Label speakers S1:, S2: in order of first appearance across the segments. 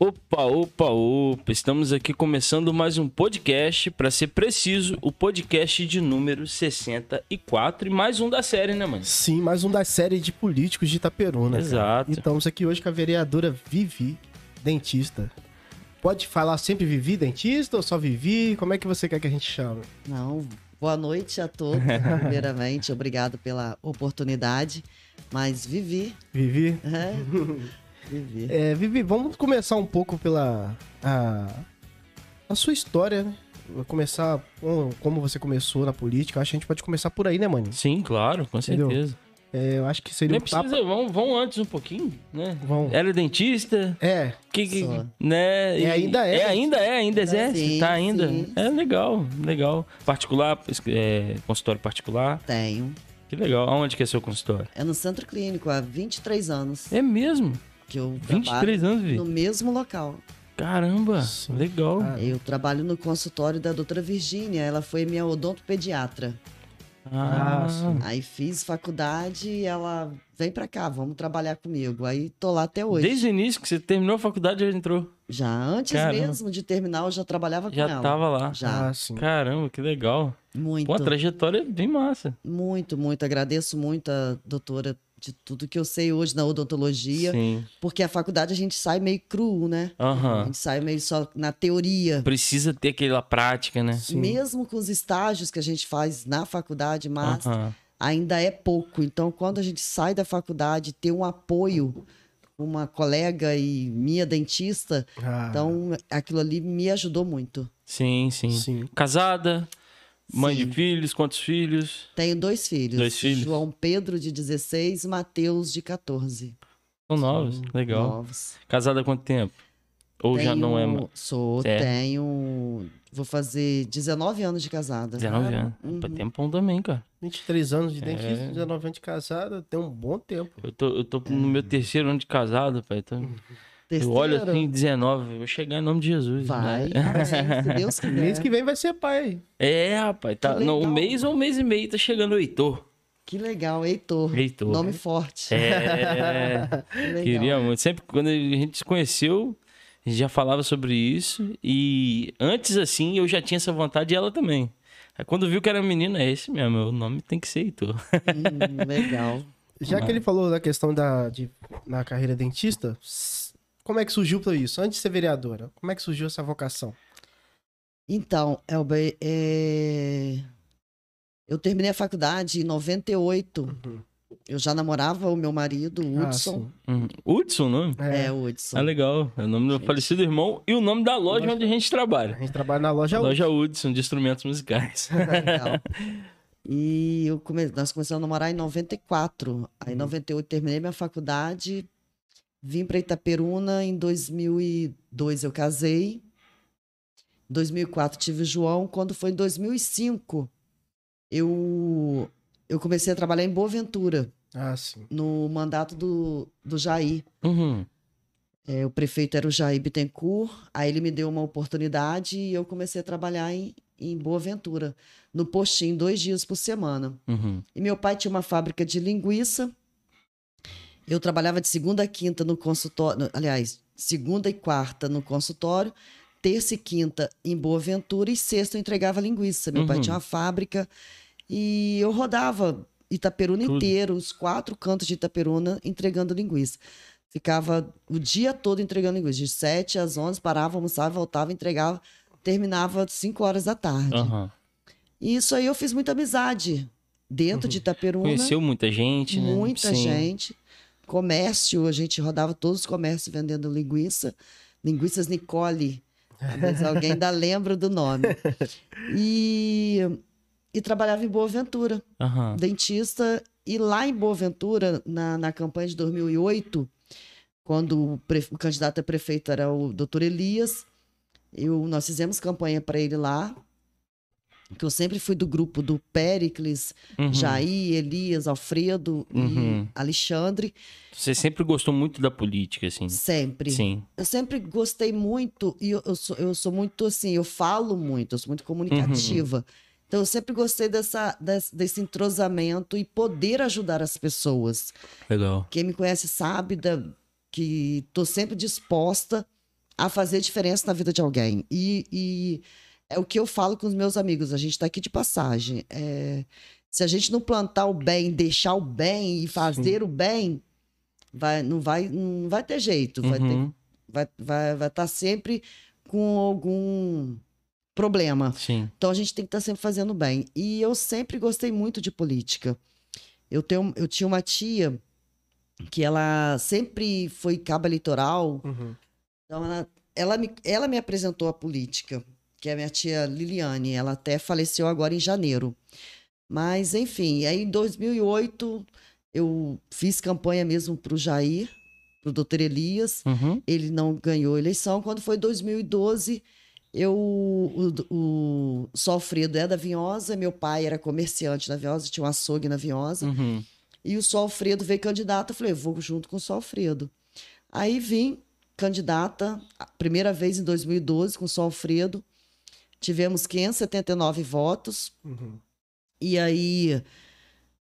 S1: Opa, opa, opa! Estamos aqui começando mais um podcast, para ser preciso, o podcast de número 64 e mais um da série, né, mano?
S2: Sim, mais um da série de políticos de Itaperuna.
S1: Exato.
S2: Cara. Estamos aqui hoje com a vereadora Vivi, dentista. Pode falar sempre Vivi, dentista, ou só Vivi? Como é que você quer que a gente chame?
S3: Não, boa noite a todos, né? primeiramente. Obrigado pela oportunidade. Mas Vivi,
S2: Vivi?
S3: é, Vivi.
S2: É, Vivi, vamos começar um pouco pela a, a sua história, né? Vou Começar com- como você começou na política. Eu Acho que a gente pode começar por aí, né, mano?
S1: Sim, claro, com
S2: Entendeu?
S1: certeza.
S2: É, eu acho que seria
S1: Nem
S2: um papo.
S1: precisa, vão, vão antes um pouquinho, né?
S2: Vão.
S1: Ela é dentista,
S2: É,
S1: que, que-
S3: Só.
S1: né?
S2: É,
S1: e-
S2: ainda é.
S1: ainda é, ainda exerce,
S3: Sim,
S1: tá ainda.
S3: sim.
S1: É legal, legal. Particular, é, consultório particular,
S3: Tenho.
S1: que legal. Aonde que é seu consultório?
S3: É no centro clínico há 23 anos
S1: É mesmo,
S3: que eu
S1: 23
S3: trabalho
S1: anos, Vi.
S3: no mesmo local.
S1: Caramba,
S2: Sim.
S1: legal.
S2: Ah,
S3: Eu trabalho no consultório da doutora Virgínia, ela foi minha odontopediatra.
S1: Ah,
S2: Ah, sim.
S3: Aí fiz faculdade e ela vem pra cá, vamos trabalhar comigo. Aí tô lá até hoje.
S1: desde o início que você terminou a faculdade já entrou.
S3: Já antes
S1: Caramba.
S3: mesmo de terminar, eu já trabalhava com
S1: Já
S3: ela.
S1: tava lá.
S3: Já. Então.
S2: ah, sim.
S1: Caramba, que legal.
S3: Muito.
S1: Pô, a trajetória é bem massa.
S3: Muito, muito. Agradeço muito a doutora de tudo que eu sei hoje na odontologia,
S1: Sim.
S3: porque a faculdade a gente sai meio cru, né? A
S1: Aham.
S3: gente sai meio só na teoria.
S1: Precisa ter aquela prática, né?
S2: Sim.
S3: Mesmo com os estágios que a gente faz na faculdade, mas
S1: Aham.
S3: ainda é pouco. Então, quando a gente sai da faculdade, ter um apoio, uma colega e minha dentista,
S2: Ah,
S3: então aquilo ali me ajudou muito.
S1: Sim, sim.
S2: sim.
S1: Casada, mãe
S3: Sim.
S1: de filhos, quantos filhos?
S3: Tenho dois filhos.
S1: Dois filhos?
S3: João Pedro, de 16, Mateus, de 14.
S1: São novos. Legal.
S3: Novos.
S1: Casada há quanto tempo? Ou já não é. ma-
S3: Tenho- Sou,
S1: É.
S3: tenho. Vou fazer 19 anos de casada.
S1: 19 anos.
S3: Uhum.
S1: Pô, Tempão também, cara.
S2: 23 anos de dentista,
S1: É.
S2: 19 anos de casada, tem um bom tempo.
S1: Eu tô, eu tô
S3: É.
S1: no meu terceiro ano de casado, pai. Então, eu
S3: Terceiro.
S1: olho assim, 19. Eu vou chegar em nome de Jesus.
S3: Vai,
S1: né?
S3: amém, se Deus quiser.
S2: Mês que vem vai ser pai.
S1: É, rapaz, tá,
S3: Que
S1: não, um
S3: legal.
S1: mês ou um mês e meio tá chegando o Heitor.
S3: Que legal, Heitor.
S1: Heitor.
S3: Nome forte.
S1: É,
S3: Que legal.
S1: queria muito. Sempre quando a gente se conheceu, a gente já falava sobre isso. E antes, assim, eu já tinha essa vontade e ela também. Aí quando viu que era menina, é esse mesmo, o nome tem que ser Heitor.
S3: Hum, legal.
S2: Já que ele falou da questão da de, na carreira dentista, s- como é que surgiu pra isso? Antes de ser vereadora, como é que surgiu essa vocação?
S3: Então, Elber, é, eu terminei a faculdade em 98. Eu já namorava o meu marido, o Hudson.
S2: Uhum. Ah, sim.
S1: Hum, Hudson, o nome?
S2: É,
S3: é, o Hudson.
S1: Ah, legal. É o nome do meu falecido irmão e o nome da loja onde a gente
S2: A
S1: trabalha.
S2: gente trabalha na loja Hudson.
S1: Loja Hudson de instrumentos musicais.
S3: Legal. E eu come- nós começamos a namorar em 94. Aí, em 98, terminei minha faculdade. Vim para Itaperuna em 2002. Eu casei. Em 2004 tive o João. Quando foi em 2005, eu, eu comecei a trabalhar em Boa Ventura,
S2: Ah, sim.
S3: no mandato do, do Jair.
S1: Uhum.
S3: É, o prefeito era o Jair Bittencourt, aí ele me deu uma oportunidade e eu comecei a trabalhar em, em Boa Ventura, no postinho, dois dias por semana.
S1: Uhum.
S3: E meu pai tinha uma fábrica de linguiça. Eu trabalhava de segunda a quinta no consultório, no- aliás, segunda e quarta no consultório, terça e quinta em Boa Ventura e sexta eu entregava linguiça. Meu pai
S1: Uhum.
S3: tinha uma fábrica e eu rodava Itaperuna
S1: Tudo.
S3: inteiro, os quatro cantos de Itaperuna entregando linguiça. Ficava o dia todo entregando linguiça, de 7 às 11, parava, almoçava, voltava, entregava, terminava às 5 horas da tarde.
S1: Aham.
S3: E isso aí eu fiz muita amizade dentro de Itaperuna.
S1: Uhum. Conheceu muita gente, né?
S3: Muita
S1: Sim.
S3: gente. Comércio, a gente rodava todos os comércios vendendo linguiça. Linguiças Nicole. Talvez alguém ainda lembra do nome. E, e trabalhava em Boa Ventura,
S1: Aham.
S3: dentista. E lá em Boa Ventura, na, na campanha de 2008, quando o, pre- o candidato a prefeito era o doutor Elias, eu, nós fizemos campanha para ele lá. Que eu sempre fui do grupo do Péricles,
S1: Uhum.
S3: Jair, Elias, Alfredo
S1: Uhum.
S3: e Alexandre,
S1: Você sempre gostou muito da política, assim.
S3: sempre.
S1: Sim.
S3: Eu sempre gostei muito, e eu, eu sou, eu sou muito assim, eu falo muito, eu sou muito
S1: Uhum.
S3: comunicativa. Então, eu sempre gostei dessa, des- desse entrosamento e poder ajudar as pessoas.
S1: Legal.
S3: Quem me conhece sabe da- que estou sempre disposta a fazer diferença na vida de alguém. E, e é o que eu falo com os meus amigos, a gente está aqui de passagem. É, se a gente não plantar o bem, deixar o bem e fazer o bem, vai, não, vai, não vai ter jeito. Vai estar
S1: Uhum,
S3: vai, vai, vai tá sempre com algum problema.
S1: Sim.
S3: Então a gente tem que estar sempre fazendo bem. E eu sempre gostei muito de política. Eu, tenho, eu tinha uma tia que ela sempre foi caba eleitoral,
S2: Uhum.
S3: então ela, ela, me, ela me apresentou a política, que é a minha tia Liliane. Ela até faleceu agora em janeiro. Mas, enfim, aí em 2008 eu fiz campanha mesmo para o Jair, para o doutor Elias
S1: Uhum.
S3: ele não ganhou a eleição. Quando foi 2012, eu, o, o Solfredo é da Vinhosa, meu pai era comerciante na Vinhosa, tinha um açougue na Vinhosa,
S1: Uhum.
S3: e o Solfredo veio candidato. Eu falei, vou junto com o Solfredo. Aí vim candidata, a primeira vez em 2012, com o Solfredo. Tivemos 579 votos.
S2: Uhum.
S3: E aí,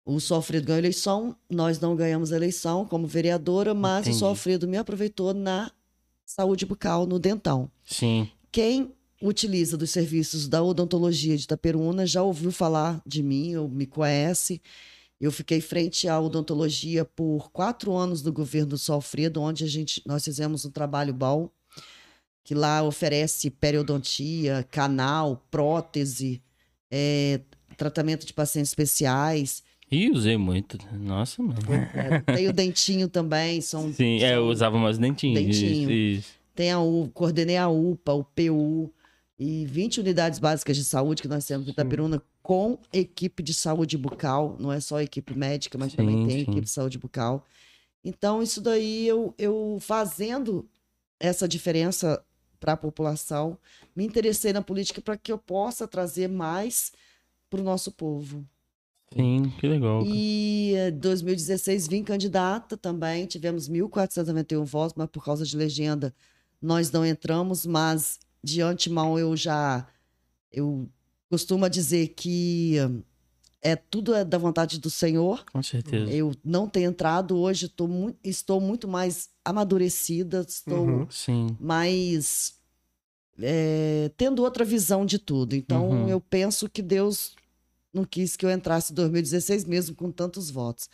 S3: o Sofredo ganhou a eleição, nós não ganhamos a eleição como vereadora, mas
S1: Entendi.
S3: o Sofredo me aproveitou na saúde bucal, no dentão.
S1: Sim.
S3: Quem utiliza dos serviços da odontologia de Itaperuna já ouviu falar de mim, ou me conhece. Eu fiquei frente à odontologia por quatro anos do governo do Solfredo, onde a gente, nós fizemos um trabalho bom, que lá oferece periodontia, canal, prótese, eh, tratamento de pacientes especiais.
S1: Ih, usei muito. Nossa, mano.
S3: eh, tem o dentinho também, um são,
S1: Sim, é, eu usava mais dentinho.
S3: Dentinho.
S1: Isso, isso.
S3: Tem a U, coordenei a UPA, o PU e 20 unidades básicas de saúde que nós temos em Itaperuna com equipe de saúde bucal, não é só equipe médica, mas
S1: Sim,
S3: também tem
S1: sim.
S3: equipe de saúde bucal. Então, isso daí eu, eu fazendo essa diferença para a população, me interessei na política para que eu possa trazer mais para o nosso povo.
S1: Sim, que legal. cara.
S3: E eh, 2016 vim candidata também, tivemos 1.491 votos, mas por causa de legenda nós não entramos, mas de antemão eu já eu costumo dizer que eh, é tudo é da vontade do Senhor.
S1: Com certeza.
S3: Eu não tenho entrado hoje, tô mu- estou muito mais amadurecida, estou
S2: Uhum.
S1: Sim.
S3: mas é, tendo outra visão de tudo. Então,
S1: Uhum.
S3: eu penso que Deus não quis que eu entrasse em 2016, mesmo com tantos votos.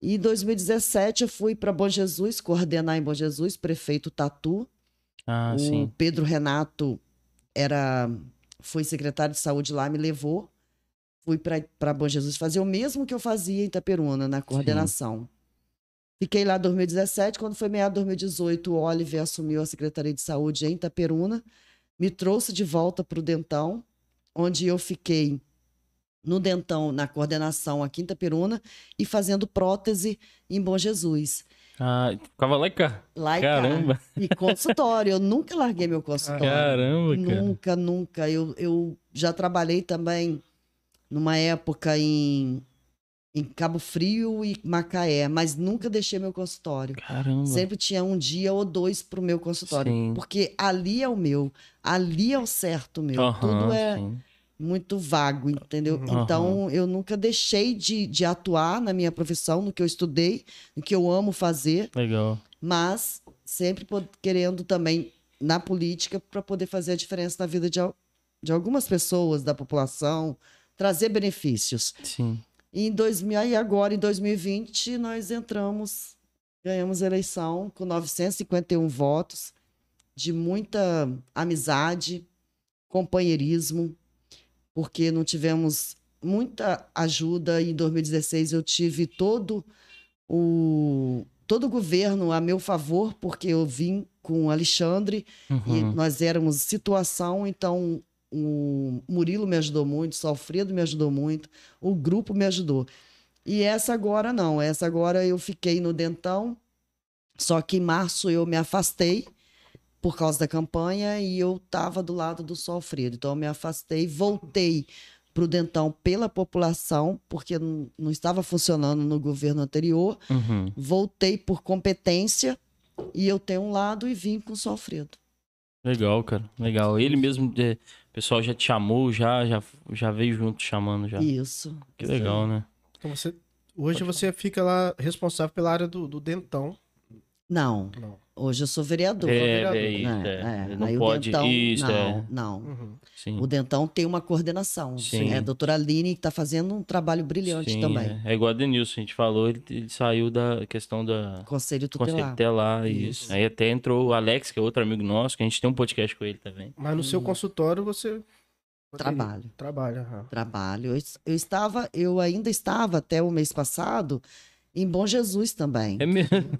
S3: E em 2017, eu fui para Bom Jesus, coordenar em Bom Jesus, prefeito Tatu.
S1: Ah,
S3: o
S1: sim.
S3: Pedro Renato era foi secretário de saúde lá, me levou. Fui para Bom Jesus fazer o mesmo que eu fazia em Itaperuna, na coordenação. Fiquei lá em 2017. Quando foi meado de 2018, o Oliver assumiu a Secretaria de Saúde em Itaperuna, me trouxe de volta para o Dentão, onde eu fiquei no Dentão, na coordenação aqui em Itaperuna, e fazendo prótese em Bom Jesus.
S1: Ah, ficava lá e cá.
S3: Lá e cá.
S1: Caramba,
S3: E consultório. Eu nunca larguei meu consultório.
S1: caramba, cara.
S3: Nunca, nunca. Eu, eu já trabalhei também numa época em, em Cabo Frio e Macaé, mas nunca deixei meu consultório.
S1: Caramba.
S3: Sempre tinha um dia ou dois pro meu consultório.
S1: Sim.
S3: Porque ali é o meu, ali é o certo meu.
S1: Aham,
S3: Tudo é
S1: sim.
S3: muito vago, entendeu?
S1: Aham.
S3: Então, eu nunca deixei de, de atuar na minha profissão, no que eu estudei, no que eu amo fazer
S1: Legal.
S3: mas sempre pod- querendo também na política para poder fazer a diferença na vida de, al- de algumas pessoas da população, trazer benefícios.
S1: Sim.
S3: E em 2000, aí agora em 2020 nós entramos, ganhamos a eleição com 951 votos de muita amizade, companheirismo, porque não tivemos muita ajuda. Em 2016 eu tive todo o todo o governo a meu favor, porque eu vim com o Alexandre e
S1: Uhum.
S3: nós éramos situação, então o Murilo me ajudou muito, o Salfredo me ajudou muito, o grupo me ajudou. E essa agora não, essa agora eu fiquei no Dentão, só que em março eu me afastei por causa da campanha e eu estava do lado do Salfredo, então eu me afastei, voltei para o Dentão pela população, porque não, não estava funcionando no governo anterior,
S1: Uhum.
S3: voltei por competência e eu tenho um lado e vim com o Salfredo.
S1: Legal, cara. Legal. Ele mesmo, é, o pessoal já te chamou, já, já, já veio junto chamando já.
S3: Isso.
S1: Que legal, né?
S2: Então você. Hoje você fica lá responsável pela área do, do dentão.
S3: Não,
S2: Não.
S3: hoje eu sou vereador.
S1: É,
S2: vereador,
S1: é, isso,
S3: né?
S1: é.
S3: É,
S1: Não
S3: aí o
S1: pode.
S3: Dentão-
S1: Isso, é.
S3: não, não.
S2: Uhum.
S1: Sim.
S3: O Dentão tem uma coordenação.
S1: Sim.
S3: É a doutora Aline que está fazendo um trabalho brilhante
S1: Sim,
S3: também.
S1: É. é igual a Denilson, a gente falou, ele, ele saiu da questão da conselho
S3: Conselho tutelar.
S1: telar, isso.
S3: Isso.
S1: Aí até entrou o Alex, que é outro amigo nosso, que a gente tem um podcast com ele também.
S2: Mas no seu consultório você.
S3: Trabalho.
S2: Trabalha. aham.
S3: Trabalho. Eu, eu estava, eu ainda estava até o mês passado em Bom Jesus também.
S1: É mesmo?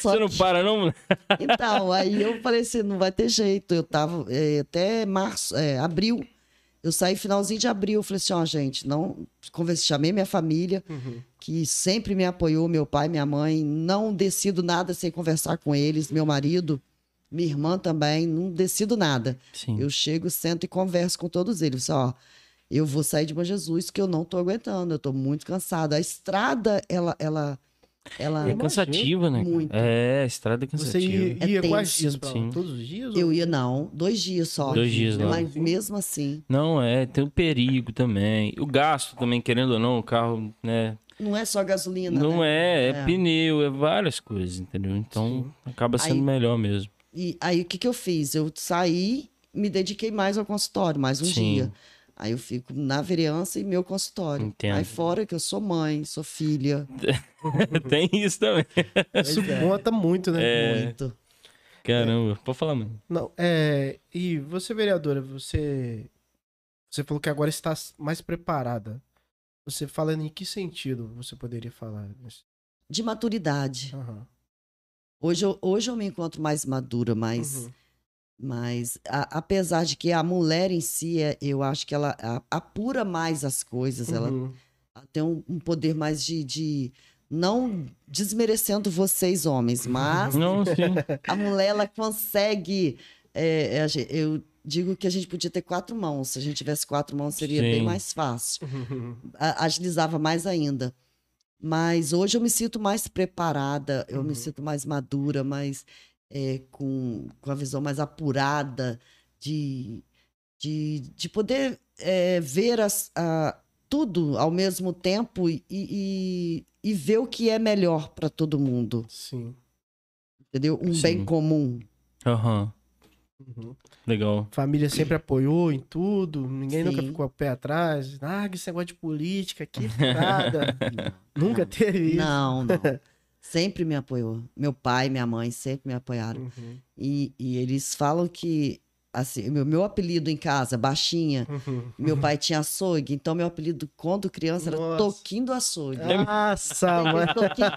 S3: Só
S1: Você não
S3: que-
S1: para, não?
S3: Então, aí eu falei assim, não vai ter jeito. Eu tava eh, até março, eh, abril. Eu saí finalzinho de abril. Eu falei assim, ó, gente, não conversei, chamei minha família,
S2: Uhum.
S3: que sempre me apoiou, meu pai, minha mãe. Não decido nada sem conversar com eles, meu marido, minha irmã também, não decido nada.
S1: Sim.
S3: Eu chego, sento e converso com todos eles. Só, ó, eu vou sair de Bom Jesus, que eu não tô aguentando, eu tô muito cansada. A estrada, ela, ela, ela.
S1: É cansativa, né? cara?
S3: Muito.
S1: É, estrada é
S2: Você
S1: cansativa.
S2: ia,
S3: É
S2: ia quais
S3: tenso.
S2: dias pra lá?
S1: Sim.
S2: Todos os dias? ou-
S3: Eu ia, não, dois dias só.
S1: Dois dias lá.
S3: Mas mesmo assim,
S1: Não, é, tem o perigo também. O gasto também, querendo ou não, o carro, né?
S3: não é só gasolina.
S1: Não
S3: né?
S1: é, é
S3: É.
S1: pneu, é várias coisas, entendeu? Então acaba sendo
S3: Aí-
S1: melhor mesmo.
S3: E aí o que, que eu fiz? Eu saí, me dediquei mais ao consultório, mais um
S1: Sim.
S3: dia. Aí eu fico na vereança e meu consultório.
S1: Entendo.
S3: Aí fora que eu sou mãe, sou filha.
S1: tem isso também.
S2: Isso conta muito, né?
S1: É.
S3: Muito.
S1: Caramba, pode falar, mano.
S2: Não, é, e você, vereadora, você você falou que agora está mais preparada. Você falando em que sentido você poderia falar? nisso?
S3: De maturidade.
S2: Aham.
S3: Hoje eu, hoje eu me encontro mais madura, mais.
S2: Uhum.
S3: Mas a- apesar de que a mulher em si, é- eu acho que ela a- apura mais as coisas, ela
S2: Uhum.
S3: ela tem um, um poder mais de, de- Não desmerecendo vocês, homens, mas
S1: Não, sim.
S3: a mulher, ela consegue. é, é, a gen- eu digo que a gente podia ter quatro mãos. Se a gente tivesse quatro mãos, seria
S1: Sim.
S3: bem mais fácil.
S2: Uhum.
S3: A- agilizava mais ainda. Mas hoje eu me sinto mais preparada, eu
S2: Uhum.
S3: me sinto mais madura, mais é, com, com a visão mais apurada de, de, de poder é, ver as, a- tudo ao mesmo tempo e, e, e ver o que é melhor para todo mundo,
S2: Sim.
S3: entendeu? Um
S1: Sim.
S3: bem comum.
S1: Aham,
S2: Uhum.
S1: legal.
S2: Família sempre apoiou em tudo, ninguém nunca
S3: Sim.
S2: ficou a pé atrás. Ah, que esse negócio de política, que nada.
S3: Não,
S2: nunca teve isso.
S3: Não, não. Sempre me apoiou. Meu pai, minha mãe sempre me apoiaram.
S2: Uhum.
S3: E, e eles falam que, assim, meu, meu apelido em casa, baixinha,
S2: Uhum.
S3: meu pai tinha açougue, então meu apelido quando criança era
S2: Nossa. Ah,
S3: Toquinho do Açougue.
S2: Uhum. Nossa, mano.
S3: Aquele toquinho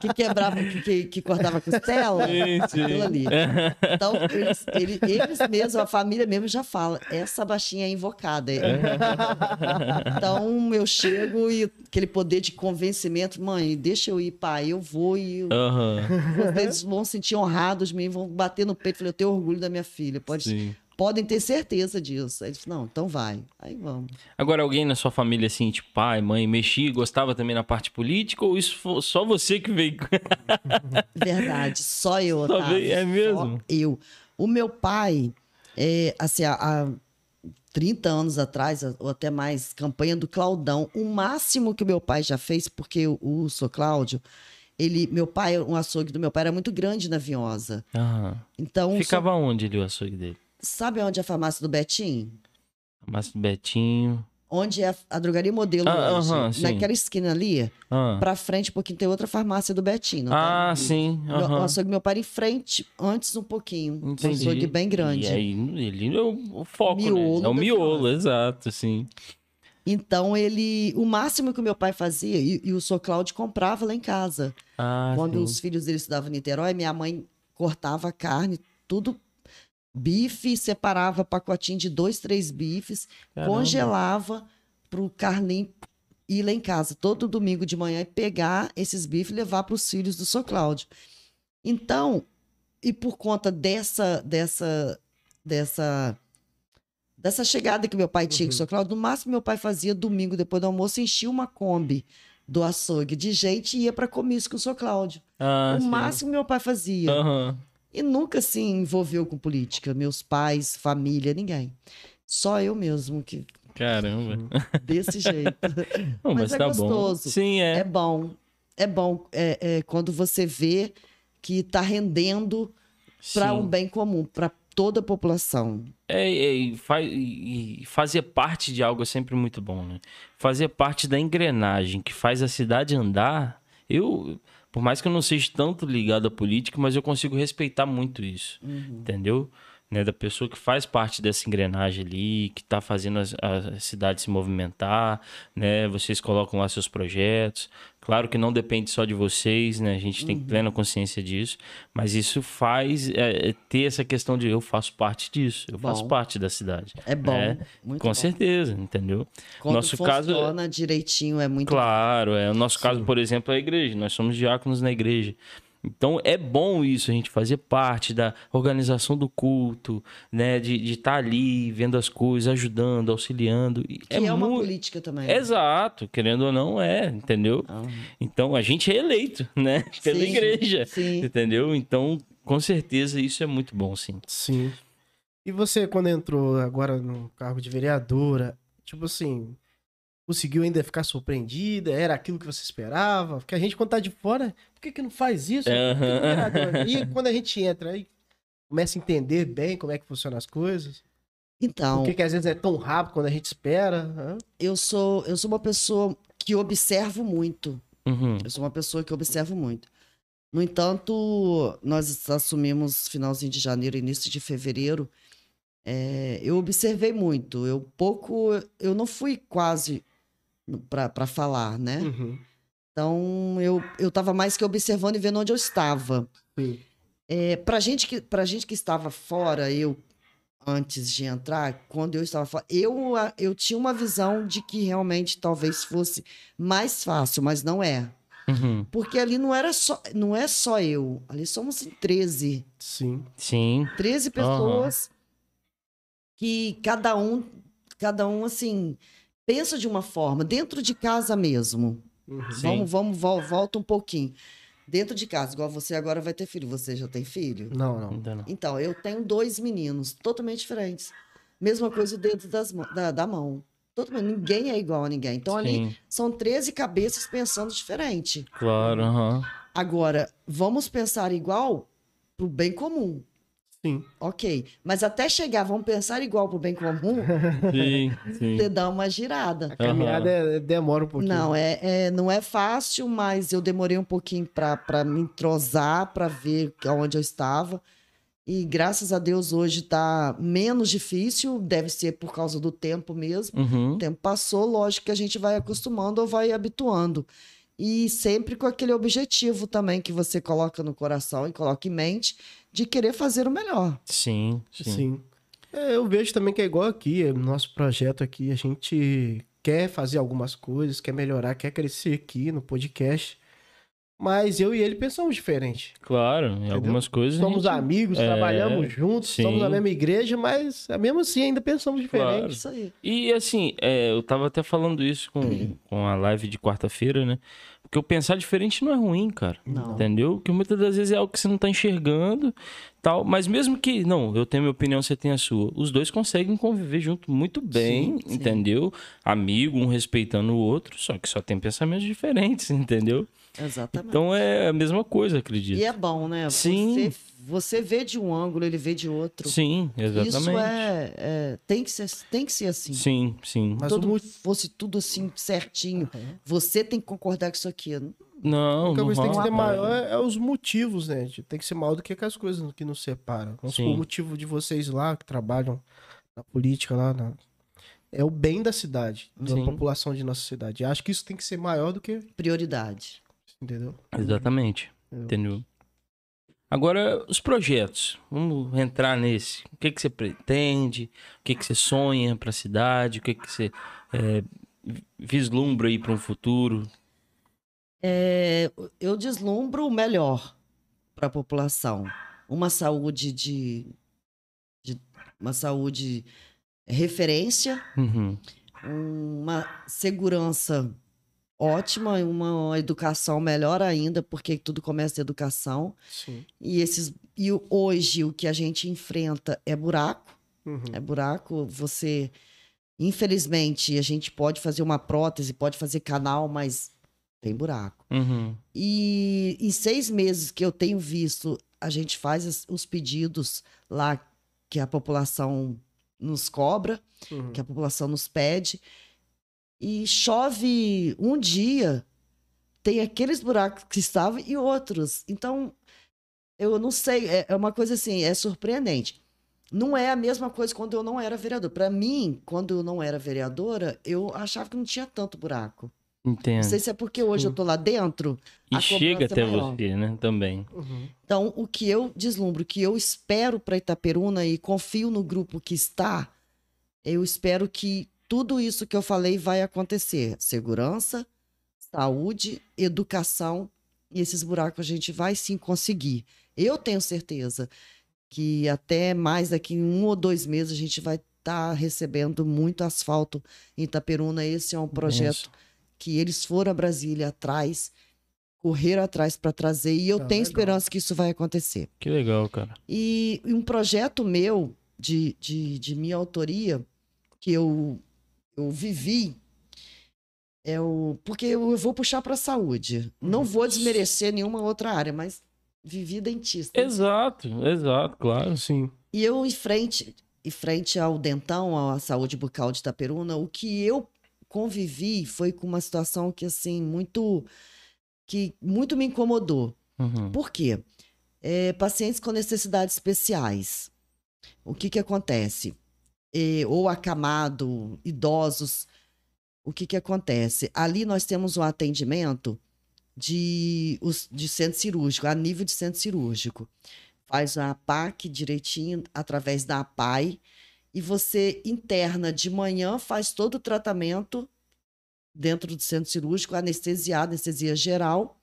S3: que quebrava, que, que, que cortava costela,
S1: Sim, sim.
S3: aquilo ali. Então, eles, ele- eles mesmos, a família mesmo já fala, essa baixinha é invocada. Então, eu chego e aquele poder de convencimento, mãe, deixa eu ir, pai, eu vou e eu-
S1: Aham,
S3: vocês vão se sentir honrados, me vão bater no peito, falei, eu tenho orgulho da minha filha, pode,
S1: sim.
S3: podem ter certeza disso. Aí ele falou, não, então vai, aí vamos.
S1: Agora, alguém na sua família, assim, tipo pai, mãe, mexia, gostava também na parte política? Ou isso foi só você que veio?
S3: Verdade, só eu,
S1: Só
S3: Otávio.
S1: veio- é mesmo?
S3: Só eu. O meu pai, é, assim, há, há 30 anos atrás, ou até mais, campanha do Claudão. O máximo que o meu pai já fez, porque o, o Sr. Cláudio, ele, meu pai, um açougue do meu pai era muito grande na Vinhosa.
S1: Aham.
S3: Então, o Sr.
S1: Ficava onde ali o açougue dele?
S3: sabe onde é a farmácia do Betim?
S1: Márcio Betinho.
S3: Onde é a, a drogaria modelo
S1: Ah,
S3: hoje.
S1: aham, sim.
S3: Naquela esquina ali,
S1: Ah,
S3: pra frente, um pouquinho, tem outra farmácia do Betim, não tá? tem?
S1: ah sim.
S3: Meu-
S1: Aham.
S3: O açougue do meu pai em frente, antes um pouquinho. Um
S1: Entendi.
S3: açougue bem grande.
S1: E aí, ele é o, o foco,
S3: Miolo
S1: né? É o
S3: da
S1: miolo,
S3: criança.
S1: exato, sim.
S3: Então, ele. O máximo que o meu pai fazia, e, e o Sr. Cláudio comprava lá em casa.
S1: Ah,
S3: Quando
S1: sim.
S3: os filhos dele estudavam em Niterói, minha mãe cortava a carne, tudo bife, separava pacotinho de dois, três bifes,
S1: Caramba.
S3: congelava pro Carlinho ir lá em casa todo domingo de manhã e pegar esses bifes e levar para os filhos do Sr. Cláudio. Então, e por conta dessa dessa dessa dessa chegada que meu pai tinha
S1: Uhum.
S3: com o Sr. Cláudio, no máximo meu pai fazia domingo depois do almoço, enchia uma Kombi do açougue de gente e ia para comício com o Sr. Cláudio.
S1: Ah,
S3: o
S1: sim.
S3: máximo meu pai fazia.
S1: Aham.
S3: E nunca se envolveu com política, meus pais, família, ninguém. Só eu mesmo que
S1: Caramba.
S3: desse jeito.
S1: Não, mas,
S3: Mas é
S1: tá bom.
S3: gostoso.
S1: Sim, é.
S3: É bom. É bom é, é, quando você vê que está rendendo para um bem comum, para toda a população.
S1: É, é, e, fa- e- e fazer parte de algo é sempre muito bom, né? Fazer parte da engrenagem que faz a cidade andar, eu, por mais que eu não seja tanto ligado à política, mas eu consigo respeitar muito isso,
S3: Uhum.
S1: entendeu? Né, da pessoa que faz parte dessa engrenagem ali, que tá fazendo as- a, a cidade se movimentar, né? Vocês colocam lá seus projetos. Claro que não depende só de vocês, né? A gente
S3: Uhum.
S1: tem plena consciência disso, mas isso faz é, é, ter essa questão de eu faço parte disso, eu faço
S3: Bom.
S1: parte da cidade.
S3: É bom,
S1: É,
S3: muito
S1: Com
S3: bom.
S1: certeza, entendeu?
S3: Quando
S1: Nosso caso-
S3: funciona direitinho é muito
S1: Claro, é. O nosso caso, por exemplo, é a igreja. Nós somos diáconos na igreja. Então é bom isso, a gente fazer parte da organização do culto, né? De estar ali, vendo as coisas, ajudando, auxiliando. E
S3: que é, uma
S1: mu-
S3: política também. né?
S1: Exato, querendo ou não, é, entendeu?
S3: Ah,
S1: Então a gente é eleito, né? Pela
S3: Sim,
S1: igreja.
S3: sim.
S1: Entendeu? Então, com certeza, isso é muito bom, sim.
S2: Sim. E você, quando entrou agora no cargo de vereadora, tipo assim, conseguiu ainda ficar surpreendida? Era aquilo que você esperava? Porque a gente, quando tá de fora, por que que não faz isso? Por que que não é vereadora? E quando a gente entra aí, começa a entender bem como é que funcionam as coisas.
S3: Então,
S2: Por que que às vezes é tão rápido quando a gente espera? hã?
S3: eu sou eu sou uma pessoa que observo muito.
S1: Uhum.
S3: Eu sou uma pessoa que observo muito. No entanto, nós assumimos finalzinho de janeiro, início de fevereiro. É, eu observei muito. Eu pouco, eu não fui quase para falar, né?
S2: Uhum.
S3: Então eu eu estava mais que observando e vendo onde eu estava.
S2: Sim.
S3: É, para gente que para gente que estava fora, eu antes de entrar, quando eu estava fora, eu a- eu tinha uma visão de que realmente talvez fosse mais fácil, mas não é.
S1: Uhum.
S3: Porque ali não era só, não é só eu. Ali somos assim, em 13.
S2: Sim.
S1: Sim.
S3: 13 pessoas que cada um, cada um assim, pensa de uma forma, dentro de casa mesmo.
S2: Uhum.
S1: Sim.
S3: Vamos, vamos, vol- volta um pouquinho. Dentro de casa, igual você agora vai ter filho, você já tem filho?
S2: Não, não.
S1: Ainda não.
S3: Então, eu tenho dois meninos totalmente diferentes. Mesma coisa o dedo das, mã- da, da mão. Totalmente, ninguém é igual a ninguém. Então, ali
S1: Sim,
S3: são 13 cabeças pensando diferente.
S1: claro, aham.
S3: Agora, vamos pensar igual pro bem comum.
S2: Sim.
S3: Ok. Mas até chegar, vamos pensar igual pro bem comum,
S1: Sim, sim.
S3: você dá uma
S2: A
S3: girada.
S2: caminhada é- demora um pouquinho.
S3: Não é, é- não é fácil, mas eu demorei um pouquinho para me entrosar, para ver onde eu estava. E graças a Deus hoje tá menos difícil, deve ser por causa do tempo mesmo.
S1: Uhum.
S3: O tempo passou, lógico que a gente vai acostumando ou vai habituando. E sempre com aquele objetivo também que você coloca no coração e coloca em mente de querer fazer o melhor.
S1: Sim, sim.
S2: Sim. É, eu vejo também que é igual aqui, é, nosso projeto aqui, a gente quer fazer algumas coisas, quer melhorar, quer crescer aqui no podcast. Mas eu e ele pensamos diferente.
S1: Claro, em algumas coisas. a
S2: Somos
S1: gente-
S2: amigos,
S1: é,
S2: trabalhamos juntos,
S1: sim.
S2: somos na mesma igreja, mas é, mesmo assim ainda pensamos
S3: É
S2: diferente.
S3: isso aí.
S1: E assim, é, eu tava até falando isso
S3: Uhum.
S1: com, com a live de quarta-feira, né? Porque o pensar diferente não é ruim, cara.
S3: Não.
S1: Entendeu? Que muitas das vezes é algo que você não tá enxergando, tal. Mas mesmo que, não, eu tenho minha opinião, você tem a sua. Os dois conseguem conviver junto muito bem,
S3: Sim, sim.
S1: entendeu? Amigo, um respeitando o outro, só que só tem pensamentos diferentes, entendeu?
S3: Exatamente.
S1: Então é a mesma coisa, acredito.
S3: e é bom, né?
S1: Sim.
S3: Você, você vê de um ângulo, ele vê de outro.
S1: Sim, exatamente.
S3: Isso é, é- tem, que ser, tem que ser assim.
S1: Sim, sim.
S2: Mas
S3: Todo
S2: o
S3: mundo fosse tudo assim certinho. Você tem que concordar com isso aqui.
S1: Não,
S2: O que
S1: não
S2: tem que
S1: rola,
S2: ser
S1: cara.
S2: maior é, é os motivos, né? gente? Tem que ser maior do que as coisas que nos separam. Vamos supor,
S1: Sim.
S2: o motivo de vocês lá, que trabalham na política lá, na- é o bem da cidade, da
S1: Sim.
S2: população de nossa cidade. Acho que isso tem que ser maior do que
S3: Prioridade.
S2: Entendeu?
S1: Exatamente.
S2: Entendeu?
S1: Entendeu? Agora, os projetos. Vamos entrar nesse. O que, que você pretende? O que, que você sonha para a cidade? O que, que você é, vi- vislumbra aí para um futuro?
S3: É, eu deslumbro o melhor para a população. Uma saúde de, de- uma saúde referência,
S1: Uhum.
S3: uma segurança ótima, e uma educação melhor ainda, porque tudo começa da educação.
S2: Sim.
S3: E esses e o- hoje o que a gente enfrenta é buraco,
S2: Uhum.
S3: é buraco. Você infelizmente a gente pode fazer uma prótese, pode fazer canal, mas tem buraco.
S1: Uhum.
S3: E em seis meses que eu tenho visto, a gente faz as- os pedidos lá que a população nos cobra,
S2: Uhum.
S3: que a população nos pede. E chove um dia, tem aqueles buracos que estavam e outros. Então, eu não sei, é é uma coisa assim, é surpreendente. Não é a mesma coisa quando eu não era vereador. Para mim, quando eu não era vereadora, eu achava que não tinha tanto buraco. Não
S1: Entendo.
S3: sei se é porque hoje eu tô lá dentro,
S1: E
S3: a
S1: chega
S3: cobrança
S1: até
S3: é maior.
S1: você, né? Também.
S2: Uhum.
S3: então, o que eu deslumbro, o que eu espero para Itaperuna e confio no grupo que está, eu espero que tudo isso que eu falei vai acontecer. Segurança, saúde, educação, e esses buracos a gente vai sim conseguir. Eu tenho certeza que até mais daqui em um ou dois meses a gente vai estar recebendo muito asfalto em Itaperuna. Esse é um projeto
S1: Isso.
S3: que eles foram a Brasília atrás, correram atrás para trazer, e eu
S2: Tá,
S3: tenho
S2: legal.
S3: esperança que isso vai acontecer.
S1: Que legal, cara.
S3: E um projeto meu, de, de, de minha autoria, que eu, eu vivi, é o. Porque eu vou puxar para a saúde.
S2: Uhum.
S3: Não vou desmerecer nenhuma outra área, mas vivi dentista.
S1: Exato, exato, claro.
S2: Sim.
S3: E eu, em frente, em frente ao dentão, à saúde bucal de Itaperuna, o que eu convivi foi com uma situação que, assim, muito. que muito me incomodou.
S1: Uhum.
S3: Por quê? É, pacientes com necessidades especiais. O que que acontece? É, ou acamado, idosos. O que que acontece? Ali nós temos um atendimento de, os- de centro cirúrgico, a nível de centro cirúrgico. Faz a PAC direitinho, através da APAI, e você interna de manhã, faz todo o tratamento dentro do centro cirúrgico, anestesia, anestesia geral.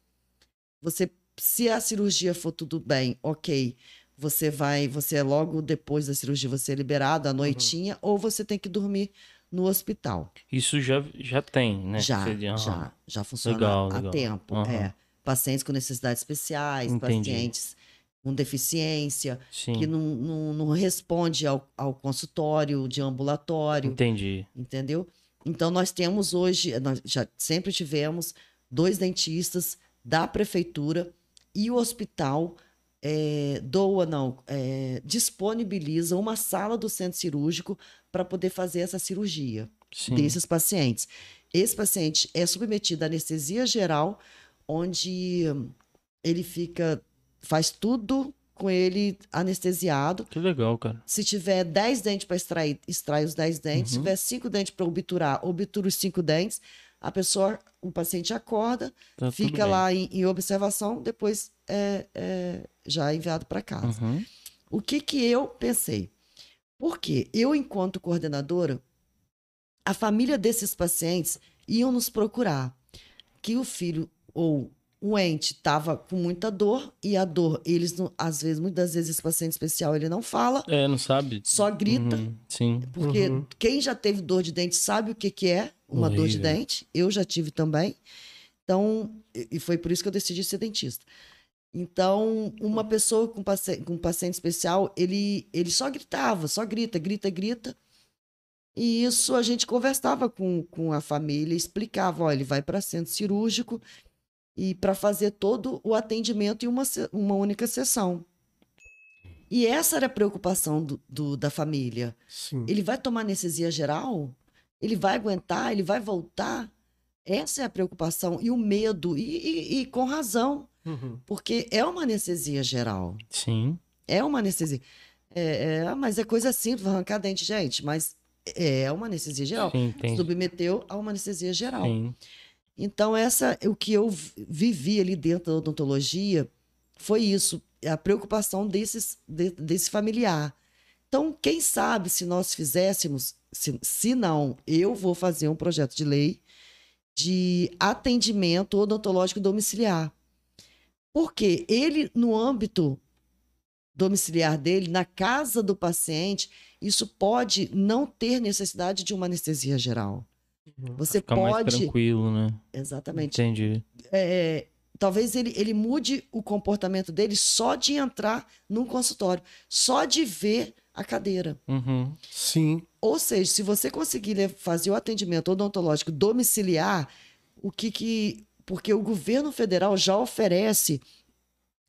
S3: Você se a cirurgia for tudo bem, ok, você vai, você é logo depois da cirurgia você é liberado à
S1: Uhum.
S3: noitinha ou você tem que dormir no hospital.
S1: Isso já, já tem, né?
S3: Já,
S1: Seria- aham.
S3: já, já funciona
S1: Legal,
S3: há
S1: legal.
S3: tempo.
S1: Aham.
S3: É, pacientes com necessidades especiais,
S1: Entendi.
S3: pacientes com deficiência
S1: Sim.
S3: que não, não, não responde ao, ao consultório de ambulatório
S1: Entendi.
S3: entendeu? Então nós temos hoje, nós já sempre tivemos dois dentistas da prefeitura e o hospital eh, doa não eh, disponibiliza uma sala do centro cirúrgico para poder fazer essa cirurgia
S1: Sim.
S3: desses pacientes. Esse paciente é submetido à anestesia geral, onde hum, ele fica faz tudo com ele anestesiado
S1: Que legal, cara.
S3: se tiver 10 dentes para extrair, extrai os 10 dentes. Se
S1: Uhum.
S3: tiver 5 dentes para obturar, obtura os 5 dentes. A pessoa, o paciente acorda,
S1: Tá tudo
S3: fica
S1: bem.
S3: lá em, em observação, depois é, é já é enviado para casa.
S1: Uhum.
S3: O que que eu pensei? Porque eu, enquanto coordenadora, a família desses pacientes iam nos procurar que o filho ou o ente estava com muita dor e a dor, eles não- às vezes, muitas vezes esse paciente especial ele não fala,
S1: É, não sabe?
S3: só grita.
S1: Uhum, Sim.
S3: Porque
S2: Uhum.
S3: quem já teve dor de dente sabe o que, que é uma dor de
S1: Horrível.
S3: dente. Eu já tive também. Então, e e foi por isso que eu decidi ser dentista. Então, uma pessoa com, paci com um paciente especial, ele, ele só gritava, só grita, grita, grita. E isso a gente conversava com, com a família, explicava, ó, ele vai para centro cirúrgico e para fazer todo o atendimento em uma, se- uma única sessão. E essa era a preocupação do- do, da família.
S2: Sim.
S3: Ele vai tomar anestesia geral? Ele vai aguentar? Ele vai voltar? Essa é a preocupação e o medo, e, e- e com razão,
S2: Uhum.
S3: porque é uma anestesia geral.
S1: Sim.
S3: É uma anestesia. É, é, ah, mas é coisa simples, vai arrancar dente, gente, mas é uma anestesia geral.
S1: Sim, entendi.
S3: Submeteu a uma anestesia geral.
S1: Sim.
S3: Então, essa, o que eu vi- vivi ali dentro da odontologia foi isso, a preocupação desses, de- desse familiar. Então, quem sabe se nós fizéssemos, se, se não, eu vou fazer um projeto de lei de atendimento odontológico domiciliar. Porque ele, no âmbito domiciliar dele, na casa do paciente, isso pode não ter necessidade de uma anestesia geral.
S2: Uhum.
S3: Você
S1: Fica mais
S3: pode.
S1: tranquilo, né?
S3: Exatamente
S1: Entendi.
S3: é, talvez ele, ele mude o comportamento dele só de entrar num consultório, só de ver a cadeira.
S1: Uhum.
S2: Sim.
S3: Ou seja, se você conseguir le- fazer o atendimento odontológico domiciliar, o que que porque o governo federal já oferece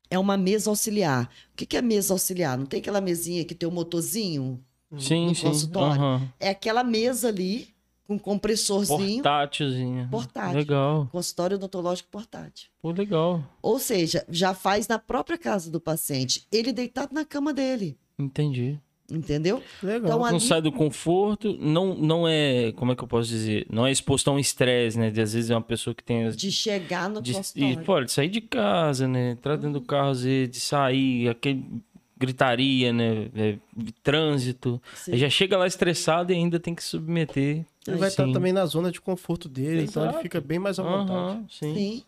S3: é uma mesa auxiliar. O que que é mesa auxiliar? Não tem aquela mesinha que tem o motorzinho?
S1: Sim,
S3: no
S1: sim.
S3: consultório.
S1: aham.
S3: É aquela mesa ali com um compressorzinho,
S1: Portátilzinho.
S3: Portátil.
S1: Legal.
S3: consultório odontológico portátil.
S1: Pô, legal.
S3: Ou seja, já faz na própria casa do paciente, ele deitado na cama dele,
S1: Entendi.
S3: entendeu?
S2: Legal.
S3: Então, a-
S1: Não
S3: Ali-
S1: sai do conforto, não, não é. Como é que eu posso dizer? Não é exposto a um estresse, né? De às vezes é uma pessoa que tem.
S3: De chegar no
S1: de- e
S3: consultório. Uhum.
S1: pode sair de casa, né? Entrar dentro do carro, às vezes, de sair, aquele gritaria, né? É, trânsito.
S3: Sim.
S1: Aí Já chega lá estressado e ainda tem que submeter.
S2: ele vai estar
S1: Sim.
S2: também na zona de conforto dele, então ele
S1: Exato.
S2: fica bem mais à vontade.
S1: Aham, sim.
S3: Sim.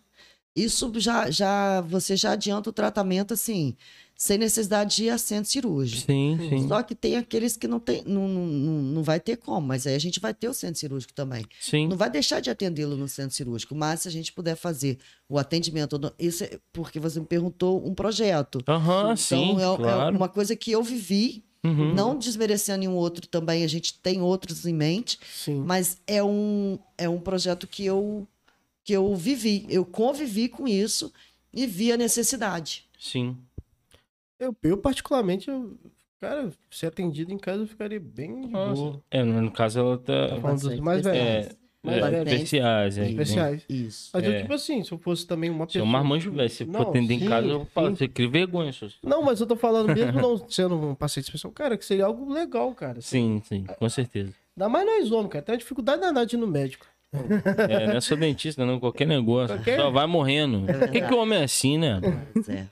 S3: Isso já, já você já adianta o tratamento assim, sem necessidade de ir a centro cirúrgico.
S1: Sim, sim.
S3: Só que tem aqueles que não tem, não, não, não não vai ter como, mas aí a gente vai ter o centro cirúrgico também.
S1: Sim.
S3: Não vai deixar de atendê-lo no centro cirúrgico, mas se a gente puder fazer o atendimento, no- isso é porque você me perguntou um projeto.
S1: Aham, Ah, sim,
S3: então é- é,
S1: claro.
S3: uma coisa que eu vivi,
S1: Uhum.
S3: não desmerecendo nenhum outro também, a gente tem outros em mente,
S1: Uhum.
S2: Sim.
S3: mas é um, é um projeto que eu, que eu vivi, eu convivi com isso e vi a necessidade.
S1: Sim.
S2: Eu, eu, particularmente, eu- cara, ser atendido em casa eu ficaria bem de boa.
S1: Nossa. É, no no caso ela
S2: Tá
S1: tá.
S2: bom. dos mais
S1: É,
S2: Mas,
S1: é,
S2: né,
S1: especiais, é.
S2: Especiais.
S3: Isso.
S2: Mas
S1: É.
S2: eu, tipo assim, se eu fosse também uma
S1: Se
S2: pessoa.
S1: eu marmanjo velho, se for
S2: Não,
S1: atender em
S2: sim,
S1: casa, eu falo,
S2: sim.
S1: você cria vergonha, seus-
S2: Não, mas eu tô falando mesmo não sendo um paciente especial, cara, que seria algo legal, cara. assim.
S1: Sim, sim, com certeza.
S2: Ainda mais nós homens, cara. Tem uma dificuldade danada de ir no médico.
S1: É, não é só dentista, não, qualquer negócio.
S2: Qualquer-
S1: Só vai morrendo. Por que, que o homem é assim, né?
S3: Pois é.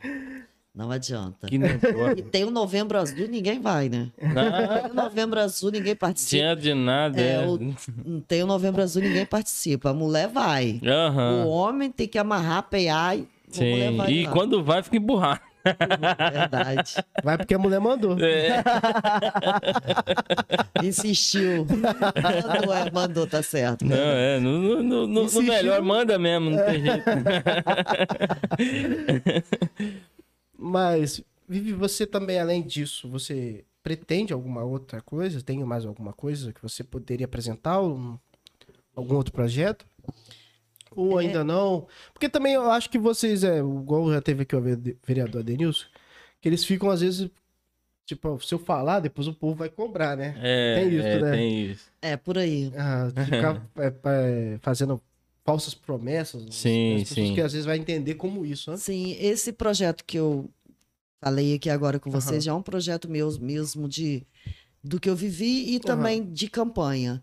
S3: Não adianta.
S1: Que negócio.
S3: E tem o Novembro Azul, ninguém vai, né?
S1: Não
S3: Tem o Novembro Azul, ninguém participa.
S1: adianta de nada.
S3: É,
S1: é.
S3: o- Não tem o Novembro Azul, ninguém participa. A mulher vai. O
S1: Aham.
S3: homem tem que amarrar, pear e a mulher
S1: Ah. Sim.
S3: vai.
S1: E
S3: lá. É
S1: quando vai, fica emburrado.
S3: Verdade.
S2: Vai porque a mulher mandou.
S1: É,
S3: Insistiu. Mandou, é, mandou, tá certo.
S1: não, é. No, no- no- no- no
S2: Insistiu.
S1: melhor, manda mesmo, não tem jeito.
S2: Mas, Vivi, você também, além disso, você pretende alguma outra coisa? Tem mais alguma coisa que você poderia apresentar? Um- algum outro projeto?
S1: É.
S2: Ou ainda não? Porque também eu acho que vocês, é, igual já teve aqui o vere- vereador Denilson, que eles ficam às vezes, tipo, se eu falar, depois o povo vai cobrar, né?
S1: É,
S2: Tem isso,
S1: é,
S2: né?
S1: tem isso.
S3: É, por aí.
S2: Ah, ficar é, é, fazendo falsas promessas. né?
S1: Sim,
S2: as pessoas
S1: sim.
S2: que às vezes vai entender como isso, né?
S3: Sim, esse projeto que eu falei aqui agora com vocês
S2: Aham.
S3: já é um projeto meu mesmo de do que eu vivi e também de campanha.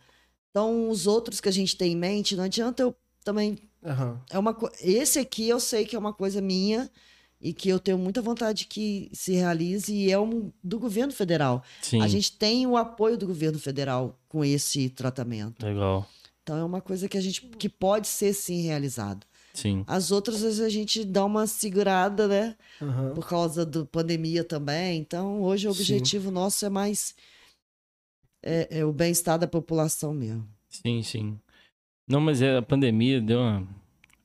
S3: Então, os outros que a gente tem em mente, não adianta eu também
S2: Aham.
S3: é uma co- esse aqui eu sei que é uma coisa minha e que eu tenho muita vontade que se realize e é um do governo federal.
S1: Sim.
S3: A gente tem o apoio do governo federal com esse tratamento.
S1: Legal.
S3: Então é uma coisa que a gente que pode ser sim realizado.
S1: Sim.
S3: As outras às vezes a gente dá uma segurada, né,
S2: aham.
S3: por causa da pandemia também. Então hoje o
S2: Sim.
S3: objetivo nosso é mais é, é o bem-estar da população mesmo.
S1: Sim, sim. Não, mas é, a pandemia deu uma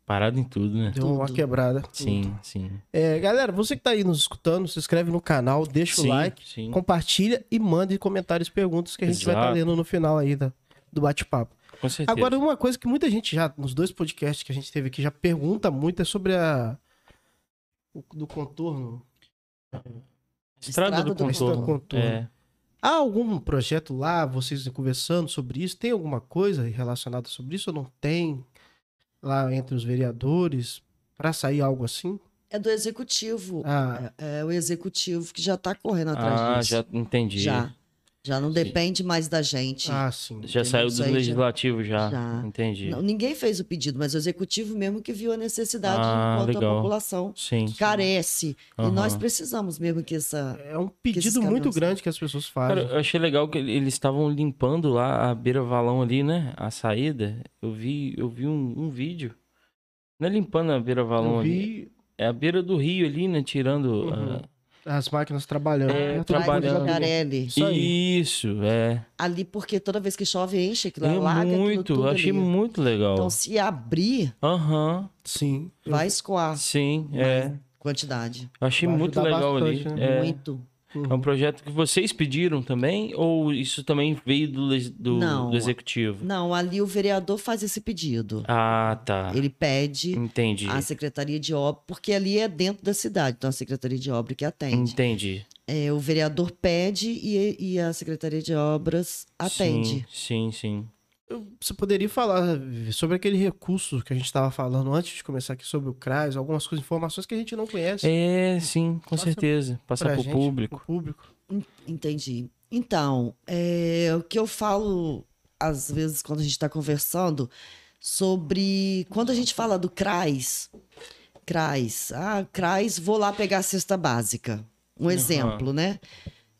S1: parada em tudo, né?
S2: Deu uma
S3: Tudo.
S2: quebrada.
S1: Sim, sim.
S2: É, galera, você que tá aí nos escutando, se inscreve no canal, deixa
S1: sim,
S2: o like,
S1: Sim.
S2: compartilha e mande comentários, perguntas que a gente vai estar
S1: Exato.
S2: lendo no final aí da- do bate-papo.
S1: Com certeza.
S2: Agora, uma coisa que muita gente já, nos dois podcasts que a gente teve aqui, já pergunta muito é sobre a. o- do contorno.
S1: Estrada, do,
S3: Estrada do
S1: contorno.
S2: Contorno.
S1: É.
S2: Há algum projeto lá, vocês conversando sobre isso? Tem alguma coisa relacionada sobre isso ou não tem? Lá entre os vereadores? Pra sair algo assim?
S3: É do executivo.
S2: Ah,
S3: É, é o executivo que já está
S2: Tá
S3: correndo atrás
S1: Ah,
S3: disso.
S1: já entendi.
S3: Já. Já não depende mais da gente.
S2: ah, sim.
S1: Já
S3: Entendeu?
S1: saiu do
S3: Isso aí já-
S1: legislativo já.
S3: já.
S1: Entendi.
S3: Não, ninguém fez o pedido, mas o executivo mesmo que viu a necessidade
S1: Ah,
S3: enquanto
S1: legal.
S3: a população
S1: Sim.
S3: carece. E
S1: Aham.
S3: nós precisamos mesmo que essa.
S2: É um
S3: esses
S2: pedido muito
S3: caminhões-
S2: grande que as pessoas
S1: Cara,
S2: fazem.
S1: eu achei legal que eles estavam limpando lá a beira-valão ali, né? A saída. Eu vi, eu vi um, um vídeo. Não é limpando a beira-valão
S2: eu
S1: ali.
S2: vi
S1: É a beira do rio ali, né? Tirando.
S2: Uhum.
S1: ah,
S2: as máquinas trabalhando.
S1: É,
S2: Todo
S1: trabalhando.
S2: mundo já queria.
S3: Jacarelli.
S2: Isso aí.
S1: Isso, é.
S3: Ali, porque toda vez que chove, enche aquilo,
S1: É
S3: alaga aquilo
S1: muito,
S3: tudo
S1: achei
S3: ali.
S1: muito legal.
S3: Então, se abrir,
S1: Aham,
S2: Sim.
S3: vai escoar
S1: sim, é.
S3: quantidade.
S1: Eu achei
S2: Vai
S1: muito
S2: ajudar
S1: legal
S2: bastante,
S1: ali.
S2: né?
S1: é.
S3: Muito.
S1: É um projeto que vocês pediram também? Ou isso também veio do, les- do,
S3: Não.
S1: do executivo?
S3: Não, ali o vereador faz esse pedido.
S1: Ah, tá.
S3: Ele pede
S1: Entendi.
S3: à Secretaria de Obra, porque ali é dentro da cidade, então a Secretaria de Obra que atende.
S1: Entendi.
S3: É, o vereador pede e, e a Secretaria de Obras atende.
S1: Sim, sim. sim.
S2: Você poderia falar eh, sobre aquele recurso que a gente estava falando antes de começar aqui sobre o CRAS, algumas coisas, informações que a gente não conhece.
S1: É, sim, com
S2: Passa
S1: certeza. Passar
S2: pra
S1: pro
S2: gente,
S1: público.
S2: pro público.
S3: Entendi. Então, é, o que eu falo às vezes quando a gente está conversando sobre quando a gente fala do CRAS, CRAS, ah, CRAS, vou lá pegar a cesta básica. Um exemplo, né?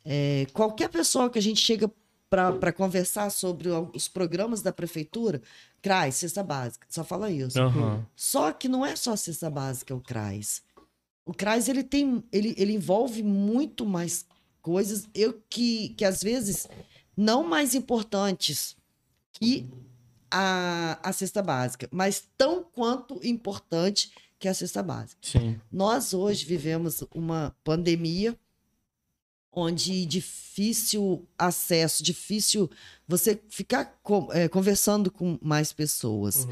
S3: É, qualquer pessoa que a gente chega para conversar sobre os programas da prefeitura, CRAS, cesta básica, só fala isso.
S1: Aham.
S3: Só que não é só a cesta básica, o CRAS. O CRAS, ele tem, ele, ele envolve muito mais coisas, eu que, que às vezes não mais importantes que a, a cesta básica, mas tão quanto importante que a cesta básica.
S1: Sim.
S3: Nós hoje vivemos uma pandemia onde difícil acesso, difícil você ficar co- eh, conversando com mais pessoas.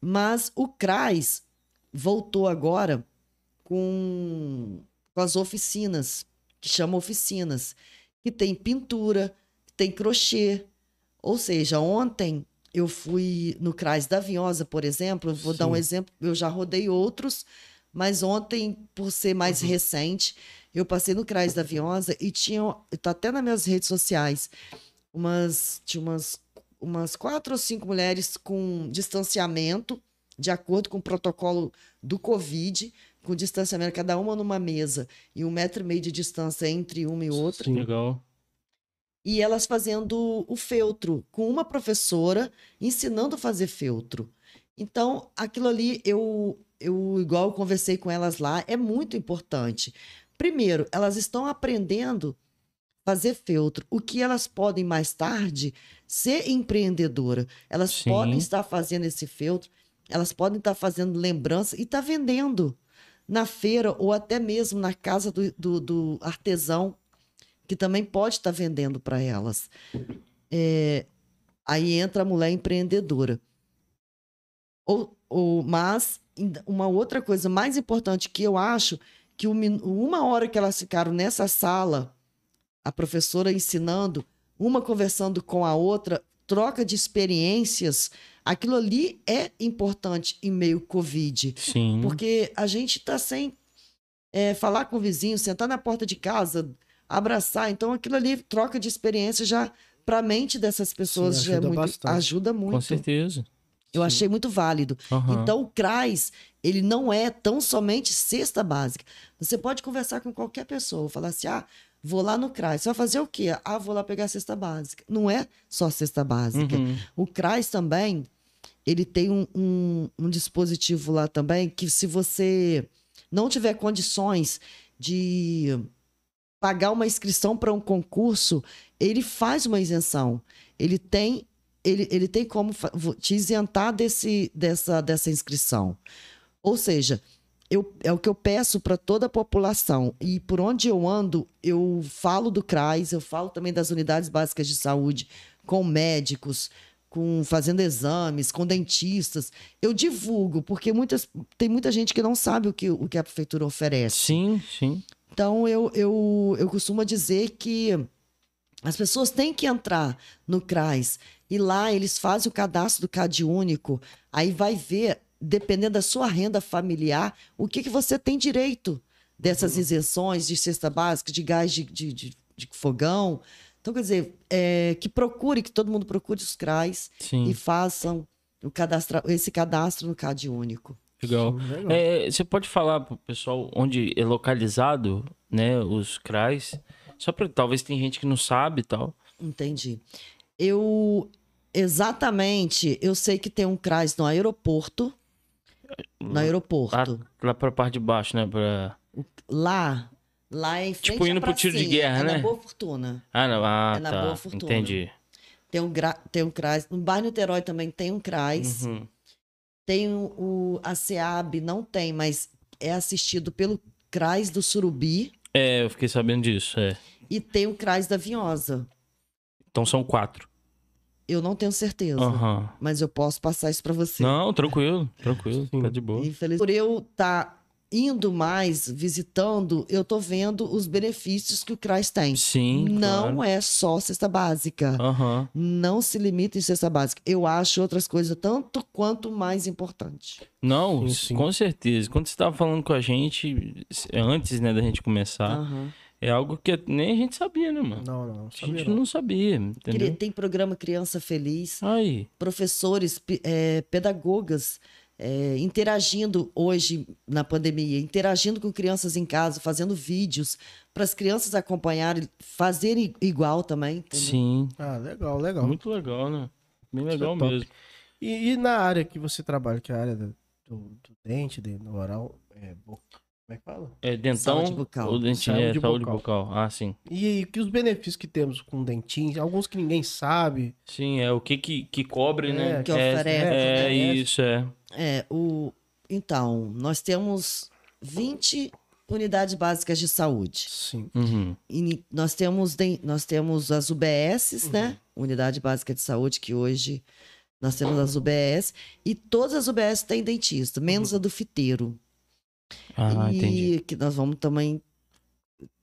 S3: Mas o CRAS voltou agora com, com as oficinas, que chama oficinas, que tem pintura, tem crochê. Ou seja, ontem eu fui no CRAS da Vinhosa, por exemplo, eu vou dar um
S1: Sim.
S3: exemplo, eu já rodei outros, mas ontem, por ser mais recente, eu passei no CRAS da Vinhosa e tinha, tá até nas minhas redes sociais, umas, tinha umas, umas quatro ou cinco mulheres com distanciamento, de acordo com o protocolo do Covid, com distanciamento, cada uma numa mesa e um metro e meio de distância entre uma e outra.
S2: Sim.
S1: Legal.
S3: E elas fazendo o feltro, com uma professora ensinando a fazer feltro. Então, aquilo ali, eu, eu igual eu conversei com elas lá, é muito importante. Primeiro, elas estão aprendendo fazer feltro, o que elas podem mais tarde ser empreendedora. Elas
S1: Sim.
S3: podem estar fazendo esse feltro, elas podem estar fazendo lembrança e estar vendendo na feira ou até mesmo na casa do, do- do artesão, que também pode estar vendendo para elas. É, aí entra a mulher empreendedora. Ou, ou- mas ainda- uma outra coisa mais importante que eu acho que o min- uma hora que elas ficaram nessa sala, a professora ensinando, uma conversando com a outra, troca de experiências, aquilo ali é importante em meio Covid.
S1: Sim.
S2: Uhum.
S3: Porque a gente tá sem é, falar com o vizinho, sentar na porta de casa, abraçar. Então, aquilo ali, troca de experiência já para a mente dessas pessoas
S2: Sim,
S3: já é
S2: ajuda
S3: muito-
S2: bastante.
S3: ajuda muito.
S1: Com certeza.
S3: Eu
S2: Sim.
S3: achei muito válido.
S1: Aham.
S3: Então, o CRAS, ele não é tão somente cesta básica. Você pode conversar com qualquer pessoa, falar assim, ah, vou lá no CRAS, você vai fazer o quê? Ah, vou lá pegar a cesta básica. Não é só cesta básica.
S1: Uhum.
S3: O CRAS também, ele tem um, um- um dispositivo lá também que se você não tiver condições de pagar uma inscrição para um concurso, ele faz uma isenção. Ele tem, ele, ele tem como fa- vo- te isentar desse, dessa, dessa inscrição. Ou seja, eu, é o que eu peço para toda a população. E por onde eu ando, eu falo do CRAS, eu falo também das unidades básicas de saúde, com médicos, com fazendo exames, com dentistas. Eu divulgo, porque muitas, tem muita gente que não sabe o que, o que a prefeitura oferece.
S1: Sim, sim.
S3: Então, eu, eu, eu costumo dizer que as pessoas têm que entrar no CRAS e lá eles fazem o cadastro do CAD único. Aí vai ver, dependendo da sua renda familiar, o que, que você tem direito dessas isenções de cesta básica, de gás de, de, de- de fogão. Então, quer dizer, é, que procure, que todo mundo procure os CRAS
S1: Sim.
S3: e façam o cadastra, esse cadastro no CAD único.
S1: Legal.
S2: Sim, legal.
S1: É, você pode falar pro pessoal onde é localizado, né, os CRAs? Só pra talvez tem gente que não sabe e tal.
S3: Entendi. Eu exatamente, eu sei que tem um CRAS no aeroporto, no
S1: É, Lá,
S3: aeroporto.
S1: lá pra parte de baixo, né? Pra...
S3: Lá, lá é em frente
S1: Tipo,
S3: à
S1: indo pro tiro de
S3: pracinha,
S1: guerra,
S3: é
S1: né?
S3: Na Boa Fortuna.
S1: Ah, não. Ah,
S3: É na
S1: tá.
S3: Boa Fortuna.
S1: Entendi.
S3: Tem um, gra- tem um CRAS, no bairro Niterói também tem um CRAS.
S1: Uhum.
S3: Tem o, o- a SEAB, não tem, mas é assistido pelo CRAS do Surubi.
S1: É, eu fiquei sabendo disso. É.
S3: E tem o Crais da Vinhosa.
S1: Então são quatro.
S3: Eu não tenho certeza,
S1: Aham.
S3: mas eu posso passar isso para você.
S1: Não, tranquilo, tranquilo,
S2: Sim.
S1: tá de boa.
S3: Infelizmente, por eu estar indo mais, visitando, eu tô vendo os benefícios que o CRAS tem.
S1: Sim,
S3: não
S1: claro. Ah.
S3: é só cesta básica.
S1: Aham.
S3: Não se limita em cesta básica. Eu acho outras coisas tanto quanto mais importante.
S1: Não,
S2: Sim,
S1: s-
S2: sim.
S1: com certeza. Quando você tava falando com a gente, s- antes, né, da gente
S2: Ah.
S1: começar,
S3: Aham.
S1: é algo que nem a gente sabia, né, mano?
S2: Não, não, não.
S1: a gente
S2: sabia não.
S1: não sabia, entendeu?
S3: Cri- Tem programa Criança Feliz,
S1: Aí,
S3: professores, pe- eh, pedagogas eh, interagindo hoje na pandemia, interagindo com crianças em casa, fazendo vídeos para as crianças acompanharem, fazerem igual também. entendeu?
S1: sim.
S2: Ah, legal, legal.
S1: Muito legal, né? Bem
S2: Isso é
S1: legal
S2: top.
S1: mesmo.
S2: E, e na área que você trabalha, que é a área do, do, do dente, do oral, é, boca, como é que fala?
S1: É dentão
S3: Saúde bucal.
S1: ou dente,
S2: Saúde
S1: é, saúde
S2: bucal.
S1: bucal. Ah, sim.
S2: E, e que os benefícios que temos com dentinho, alguns que ninguém sabe.
S1: Sim, é o que que, que cobre, né?
S2: É,
S3: que
S1: é,
S3: oferece,
S1: É,
S2: né?
S1: isso, é.
S3: É, o... Então, nós temos 20 unidades básicas de saúde.
S2: Sim.
S1: Uhum.
S3: E ni- nós temos, den- nós temos as UBSs, né? Unidade Básica de Saúde, que hoje nós temos as UBS. E todas as UBS têm dentista, menos a do fiteiro.
S1: Ah,
S3: e
S1: entendi.
S3: que nós vamos também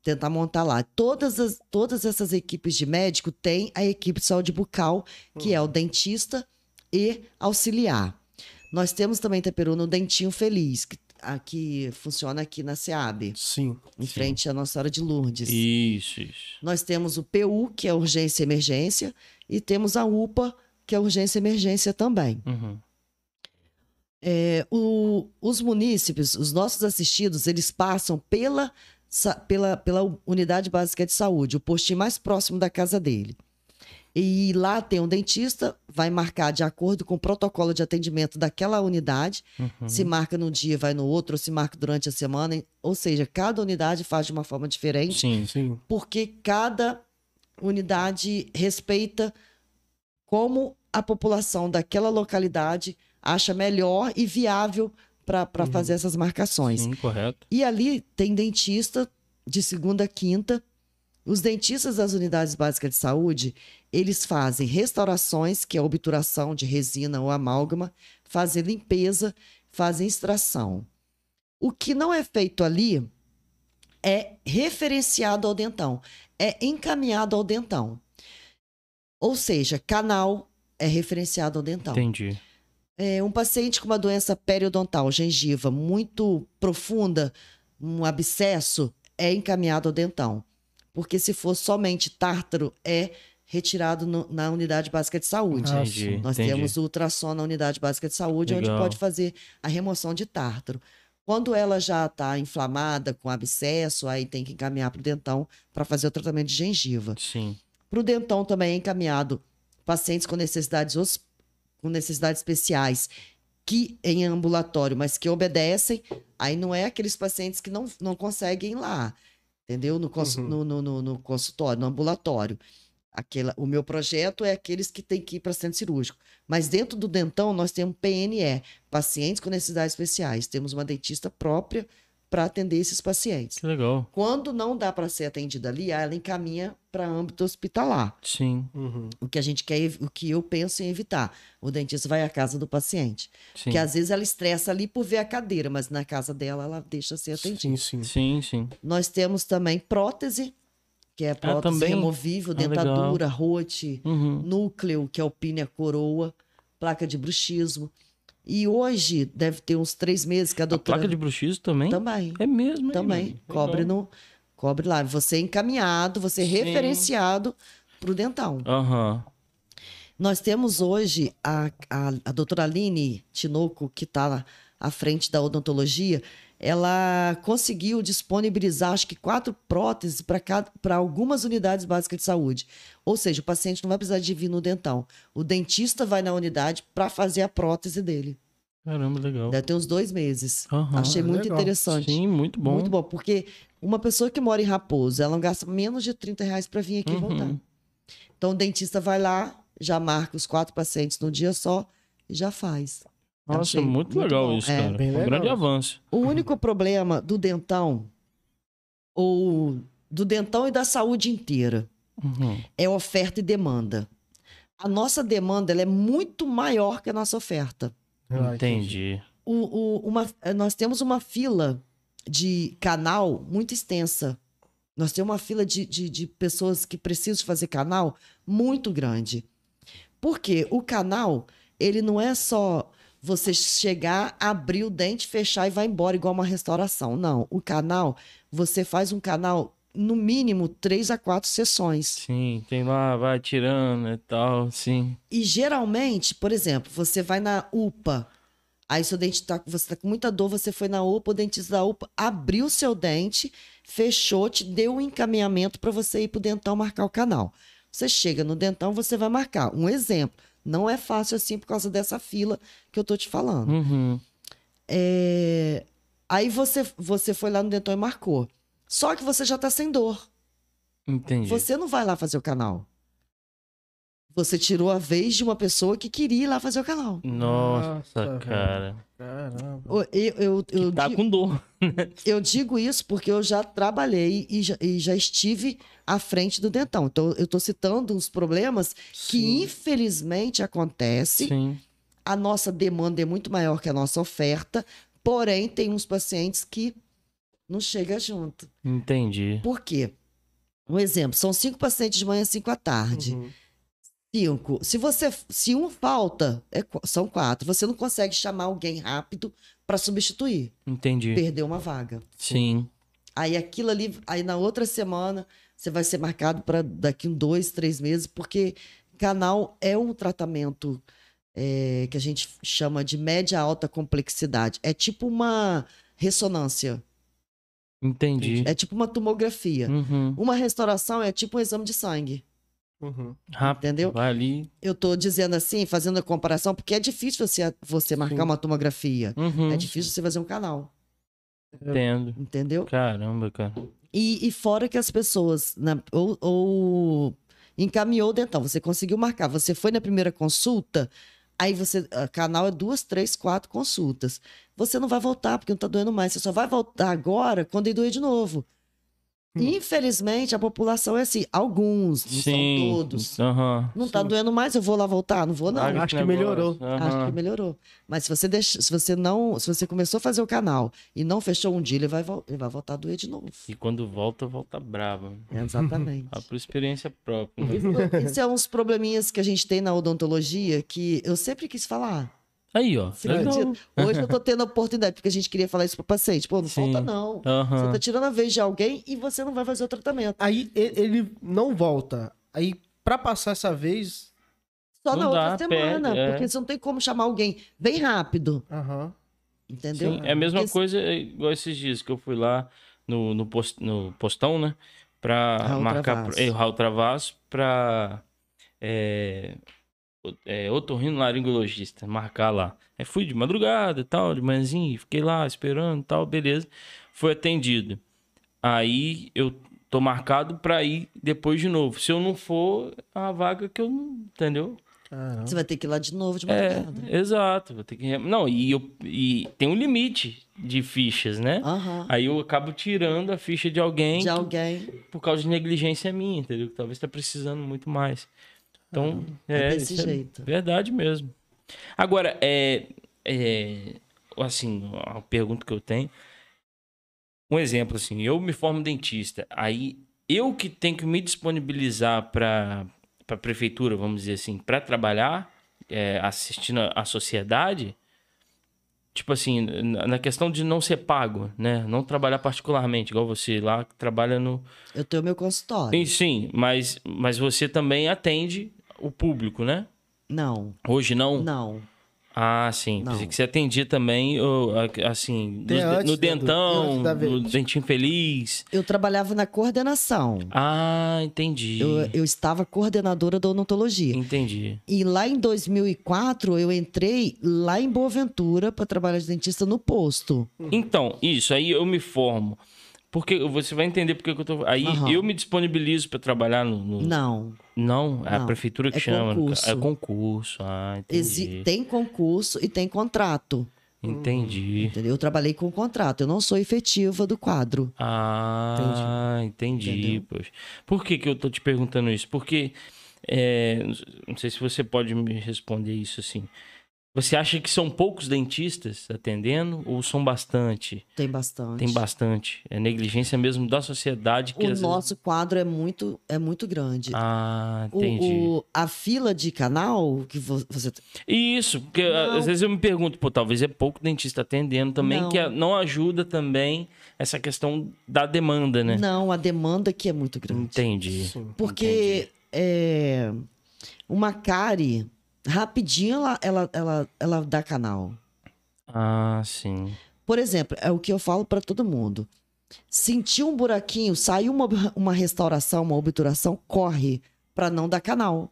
S3: tentar montar lá. Todas, as- todas essas equipes de médico têm a equipe de saúde bucal, que
S1: Hum.
S3: é o dentista e auxiliar. Nós temos também em Itaperuna o Dentinho Feliz, que, a- que funciona aqui na SEAB,
S2: Sim.
S3: em
S1: Sim.
S3: frente à Nossa Senhora de Lourdes.
S1: Isso, isso.
S3: Nós temos o PU, que é urgência e emergência, e temos a UPA, que é urgência e emergência também.
S1: Uhum.
S3: É, o- os munícipes, os nossos assistidos, eles passam pela, sa- pela, pela unidade básica de saúde, o postinho mais próximo da casa dele. E lá tem um dentista, vai marcar de acordo com o protocolo de atendimento daquela unidade.
S1: Uhum.
S3: Se marca num dia, vai no outro, ou se marca durante a semana. Ou seja, cada unidade faz de uma forma diferente
S1: Sim.
S2: Sim.
S3: porque cada unidade respeita como a população daquela localidade acha melhor e viável para fazer essas marcações.
S1: Sim, correto.
S3: E ali tem dentista de segunda a quinta. Os dentistas das unidades básicas de saúde, eles fazem restaurações, que é obturação de resina ou amálgama, fazem limpeza, fazem extração. O que não é feito ali é referenciado ao dentão, é encaminhado ao dentão. Ou seja, canal é referenciado ao dentão.
S1: Entendi.
S3: É, um paciente com uma doença periodontal, gengiva, muito profunda, um abscesso, é encaminhado ao dentão. Porque se for somente tártaro, é retirado no- na unidade básica de saúde.
S2: Ah,
S1: Entendi.
S3: Nós
S1: entendi.
S3: temos o ultrassom na unidade básica de saúde,
S1: Legal.
S3: onde pode fazer a remoção de tártaro. Quando ela já está inflamada, com abscesso, aí tem que encaminhar para o dentão para fazer o tratamento de gengiva.
S1: Sim.
S3: Para o dentão também é encaminhado pacientes com necessidades, hos- com necessidades especiais que em ambulatório, mas que obedecem, aí não é aqueles pacientes que não, não conseguem ir lá, entendeu? No, cons-
S2: Uhum.
S3: no, no- no- no consultório, no ambulatório. Aquela, o meu projeto é aqueles que têm que ir para centro cirúrgico. Mas dentro do dentão, nós temos um PNE, pacientes com necessidades especiais. Temos uma dentista própria para atender esses pacientes.
S1: Que legal.
S3: Quando não dá para ser atendida ali, aí ela encaminha para âmbito hospitalar.
S1: Sim,
S2: Uhum.
S3: O que a gente quer, ev- o que eu penso em evitar. O dentista vai à casa do paciente.
S1: sim.
S3: Porque às vezes ela estressa ali por ver a cadeira, mas na casa dela ela deixa ser atendida.
S2: Sim, sim.
S1: Sim, sim.
S3: Nós temos também prótese, que é a prótese
S1: também?
S3: removível,
S1: Ah, legal.
S3: dentadura, rote,
S1: Uhum.
S3: núcleo, que é o pínea coroa, placa de bruxismo. E hoje deve ter uns três meses que
S1: A
S3: a doutora.
S1: placa de bruxismo também?
S3: Também.
S1: É mesmo, hein,
S3: Também.
S1: mano? Legal.
S3: Cobre no. Cobre lá. Você é encaminhado, você é
S1: Sim.
S3: referenciado para o dental.
S1: Aham.
S3: Nós temos hoje a, a, a doutora Aline Tinoco, que está à frente da odontologia, ela conseguiu disponibilizar, acho que, quatro próteses para algumas unidades básicas de saúde. Ou seja, o paciente não vai precisar de vir no dental. O dentista vai na unidade para fazer a prótese dele.
S1: Caramba, legal.
S3: Deve ter uns dois meses.
S1: Aham. Ah,
S3: Achei muito
S2: legal.
S3: interessante.
S1: Sim, muito bom.
S3: Muito bom, porque uma pessoa que mora em Raposo, ela não gasta menos de 30 reais para vir aqui e
S1: Uhum.
S3: voltar. Então o dentista vai lá, já marca os quatro pacientes num dia só e já faz.
S1: Nossa,
S3: Achei
S1: muito,
S3: muito
S1: legal
S3: bom.
S1: isso,
S3: É,
S1: cara.
S2: bem
S1: um
S2: legal.
S1: grande avanço.
S3: O único problema do dentão ou do dentão e da saúde inteira.
S1: Uhum.
S3: É oferta e demanda. A nossa demanda ela é muito maior que a nossa oferta.
S2: Ah,
S1: Entendi.
S3: O- o- uma- nós temos uma fila de canal muito extensa. Nós temos uma fila de, de- de pessoas que precisam fazer canal muito grande. Porque o canal, ele não é só você chegar, abrir o dente, fechar e vai embora, igual uma restauração. Não. O canal, você faz um canal, no mínimo, três a quatro sessões.
S1: Sim, tem lá, vai tirando e tal, sim.
S3: E geralmente, por exemplo, você vai na UPA, aí seu dente tá, você tá com muita dor, você foi na UPA, o dentista da UPA abriu seu dente, fechou, te deu um encaminhamento para você ir pro dentão marcar o canal. Você chega no dentão, você vai marcar. Um exemplo, não é fácil assim por causa dessa fila que eu tô te falando.
S1: Uhum.
S3: É, Aí você, você foi lá no dentão e marcou. Só que você já tá sem dor.
S1: Entendi.
S3: Você não vai lá fazer o canal. Você tirou a vez de uma pessoa que queria ir lá fazer o canal.
S1: Hum. Nossa,
S2: Nossa,
S1: cara.
S2: Caramba.
S3: Eu, eu, eu,
S1: Que tá
S3: di-
S1: com dor.
S3: eu digo isso porque eu já trabalhei e já, e já estive à frente do dentão. Então, eu estou citando uns problemas que,
S2: Sim.
S3: infelizmente, acontecem.
S1: Sim.
S3: A nossa demanda é muito maior que a nossa oferta, porém, tem uns pacientes que não chega junto.
S1: Entendi.
S3: Por quê? Um exemplo, são cinco pacientes de manhã, cinco à tarde.
S2: Uhum.
S3: Cinco. Se você, se um falta, é qu- são quatro. Você não consegue chamar alguém rápido para substituir.
S1: Entendi.
S3: Perdeu uma vaga.
S1: Sim.
S3: Aí aquilo ali, aí na outra semana, você vai ser marcado para daqui um dois, três meses, porque canal é um tratamento é, que a gente chama de média alta complexidade. É tipo uma ressonância,
S1: Entendi.
S3: é tipo uma tomografia.
S1: Uhum.
S3: Uma restauração é tipo um exame de sangue.
S2: Uhum.
S1: Rápido.
S3: É. Entendeu?
S1: Vai ali.
S3: Eu tô dizendo assim, fazendo a comparação, porque é difícil você, você marcar
S2: Sim.
S3: uma tomografia.
S1: Uhum.
S3: É difícil você fazer um canal,
S1: Entendo.
S3: entendeu?
S1: Caramba, cara.
S3: E, e fora que as pessoas na- ou, ou encaminhou o dentão, você conseguiu marcar, você foi na primeira consulta, aí você. ah, Canal é duas, três, quatro consultas. Você não vai voltar, porque não tá doendo mais. Você só vai voltar agora quando ele doer de novo.
S2: Hum.
S3: Infelizmente, a população é assim. Alguns, não
S1: Sim.
S3: são todos.
S1: Aham.
S3: Não tá
S2: Sim.
S3: doendo mais, eu vou lá voltar? Não vou, não.
S1: Larga
S2: acho
S1: esse
S2: que melhorou.
S1: negócio. Aham.
S3: Acho que melhorou. Mas se você deixa, se você não, se você começou a fazer o canal e não fechou um dia, ele vai, vol- ele vai voltar a doer de novo.
S1: E quando volta, volta brava.
S3: Exatamente.
S1: Ah, por experiência própria. né?
S3: Isso é uns probleminhas que a gente tem na odontologia que eu sempre quis falar.
S1: Aí, ó.
S3: Você
S1: Legal.
S3: acredita? Hoje eu tô tendo a oportunidade, porque a gente queria falar isso pro paciente. Pô, não
S1: Sim.
S3: falta não. Você
S1: Aham.
S3: tá tirando a vez de alguém e você não vai fazer o tratamento.
S2: Aí e- ele não volta. Aí, pra passar essa vez.
S3: Só
S1: Não
S3: na outra
S1: dá,
S3: semana,
S1: perde, é.
S3: porque você não tem como chamar alguém bem rápido,
S2: Aham.
S3: entendeu?
S1: Sim, é a mesma
S3: Esse-
S1: coisa é igual esses dias que eu fui lá no, no, pos- no postão, né? Pra
S3: Raul
S1: marcar
S3: Travasso.
S1: pro- é, o Raul Travasso pra é, o- é, otorrinolaringologista, marcar lá. Aí fui de madrugada e tal, de manhãzinha, fiquei lá esperando e tal, beleza. Foi atendido. Aí eu tô marcado pra ir depois de novo. Se eu não for, é uma vaga que eu não. Entendeu?
S2: Caramba.
S3: Você vai ter que ir lá de novo de
S1: É,
S3: madrugada.
S1: exato. Vou ter que... re- Não, e, eu- e tem um limite de fichas, né?
S3: Aham.
S1: Aí eu acabo tirando a ficha de alguém
S3: De
S1: que-
S3: alguém.
S1: por causa de negligência minha, entendeu? Que Talvez tá precisando muito mais. Então,
S3: é
S1: é,
S3: desse
S1: isso é
S3: jeito.
S1: verdade mesmo. Agora, é, é, assim, a pergunta que eu tenho, um exemplo assim, eu me formo dentista, aí eu que tenho que me disponibilizar para a prefeitura, vamos dizer assim, para trabalhar, é, assistindo a- a sociedade, tipo assim, na na questão de não ser pago, né? Não trabalhar particularmente, igual você lá que trabalha no.
S3: Eu tenho meu consultório.
S1: Sim, sim, mas, mas você também atende o público, né?
S3: Não,
S1: Hoje não?
S3: não.
S1: Ah, sim.
S3: Não.
S1: Pensei que você atendia também, ô, a- assim,
S2: Tem
S1: nos-
S2: antes
S1: no
S2: da-
S1: dentão,
S2: antes da
S1: no
S2: vez.
S1: dentinho feliz.
S3: Eu trabalhava na coordenação.
S1: Ah, entendi.
S3: Eu, eh, eu estava coordenadora da odontologia.
S1: Entendi.
S3: E lá em 2004, eu entrei lá em Boa Ventura para trabalhar de dentista no posto.
S1: Então, isso, aí eu me formo. Porque você vai entender porque que eu tô. Aí
S3: Aham.
S1: eu me disponibilizo pra trabalhar no. no-
S3: Não.
S1: Não? É a
S3: Não.
S1: prefeitura que
S3: É
S1: chama.
S3: concurso.
S1: É concurso. Ah, entendi.
S3: Exi- Tem concurso e tem contrato.
S1: Entendi.
S3: Entendeu? Eu trabalhei com contrato, eu não sou efetiva do quadro.
S1: Ah, entendi.
S3: Entendeu?
S1: poxa. Por que, que eu tô te perguntando isso? Porque, é, não sei se você pode me responder isso assim. Você acha que são poucos dentistas atendendo ou são bastante?
S3: Tem bastante.
S1: Tem bastante. É negligência mesmo da sociedade que
S3: O
S1: às vezes...
S3: nosso quadro é muito, é muito grande.
S1: Ah,
S3: O-
S1: entendi.
S3: o- a fila de canal que vo- você
S1: Isso, porque
S3: Não.
S1: às vezes eu me pergunto, pô, talvez é pouco dentista atendendo também,
S3: Não.
S1: que a- não ajuda também essa questão da demanda, né?
S3: Não, a demanda que é muito grande.
S1: Entendi.
S3: Porque é, uma cárie, rapidinho ela, ela, ela, ela dá canal.
S1: Ah, sim.
S3: Por exemplo, é o que eu falo para todo mundo. Sentiu um buraquinho, saiu uma, uma restauração, uma obturação, corre para não dar canal,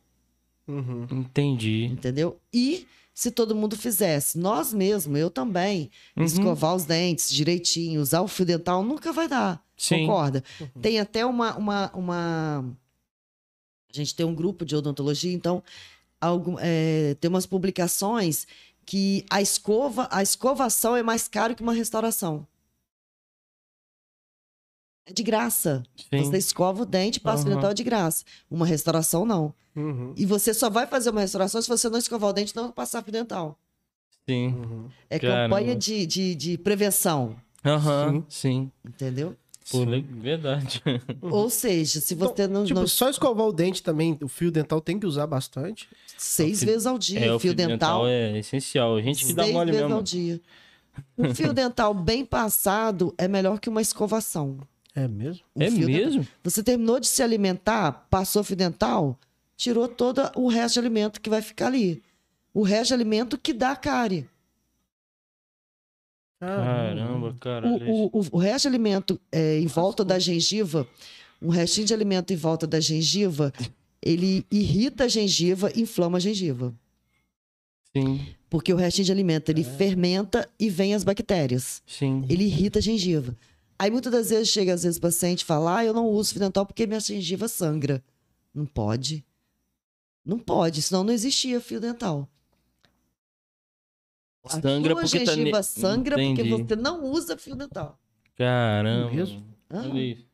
S2: Uhum.
S1: Entendi.
S3: entendeu? E se todo mundo fizesse, nós mesmo, eu também,
S1: Uhum.
S3: escovar os dentes direitinho, usar o fio dental, nunca vai dar.
S1: Sim.
S3: Concorda? Tem até uma, uma, uma- A gente tem um grupo de odontologia, então algum, é, tem umas publicações que a escova, a escovação é mais caro que uma restauração. É de graça.
S1: Sim.
S3: Você escova o dente, passa
S1: Aham.
S3: o dental é de graça. Uma restauração, não.
S2: Uhum.
S3: E você só vai fazer uma restauração se você não escovar o dente e não passar fio dental.
S1: Sim.
S2: Uhum.
S3: É
S1: Caramba.
S3: campanha de, de, de prevenção,
S1: Aham, sim.
S3: entendeu?
S1: Pô, le- verdade.
S3: Ou seja, se você não,
S2: Tipo,
S3: não
S2: só escovar o dente também, o fio dental tem que usar bastante.
S3: Seis
S1: É, O fi-
S3: vezes ao dia. fio, dental,
S1: é essencial. A gente que
S3: seis
S1: dá mole
S3: vezes
S1: mesmo.
S3: ao dia. Um fio dental bem passado é melhor que uma escovação.
S2: É mesmo?
S3: Um
S1: é
S3: fio dental-
S1: mesmo?
S3: Você terminou de se alimentar, passou fio dental, tirou todo o resto de alimento que vai ficar ali. O resto de alimento que dá cárie.
S1: Caramba,
S3: Ah. O,
S1: cara.
S3: o, o, o resto de alimento é, em volta da gengiva, um restinho de alimento em volta da gengiva, ele irrita a gengiva, inflama a gengiva.
S1: Sim,
S3: Porque o restinho de alimento,
S1: É.
S3: ele fermenta e vem as bactérias.
S1: sim.
S3: ele irrita a gengiva. Aí muitas das vezes chega, às vezes, o paciente e fala: ah, eu não uso fio dental porque minha gengiva sangra. Não pode. Não pode, senão não existia fio dental.
S1: Sangra
S3: a sua
S1: porque tá ne-
S3: gengiva sangra
S1: Entendi.
S3: porque você não usa fio dental.
S1: Caramba.
S2: Mesmo?
S3: Ah,
S1: Olha isso.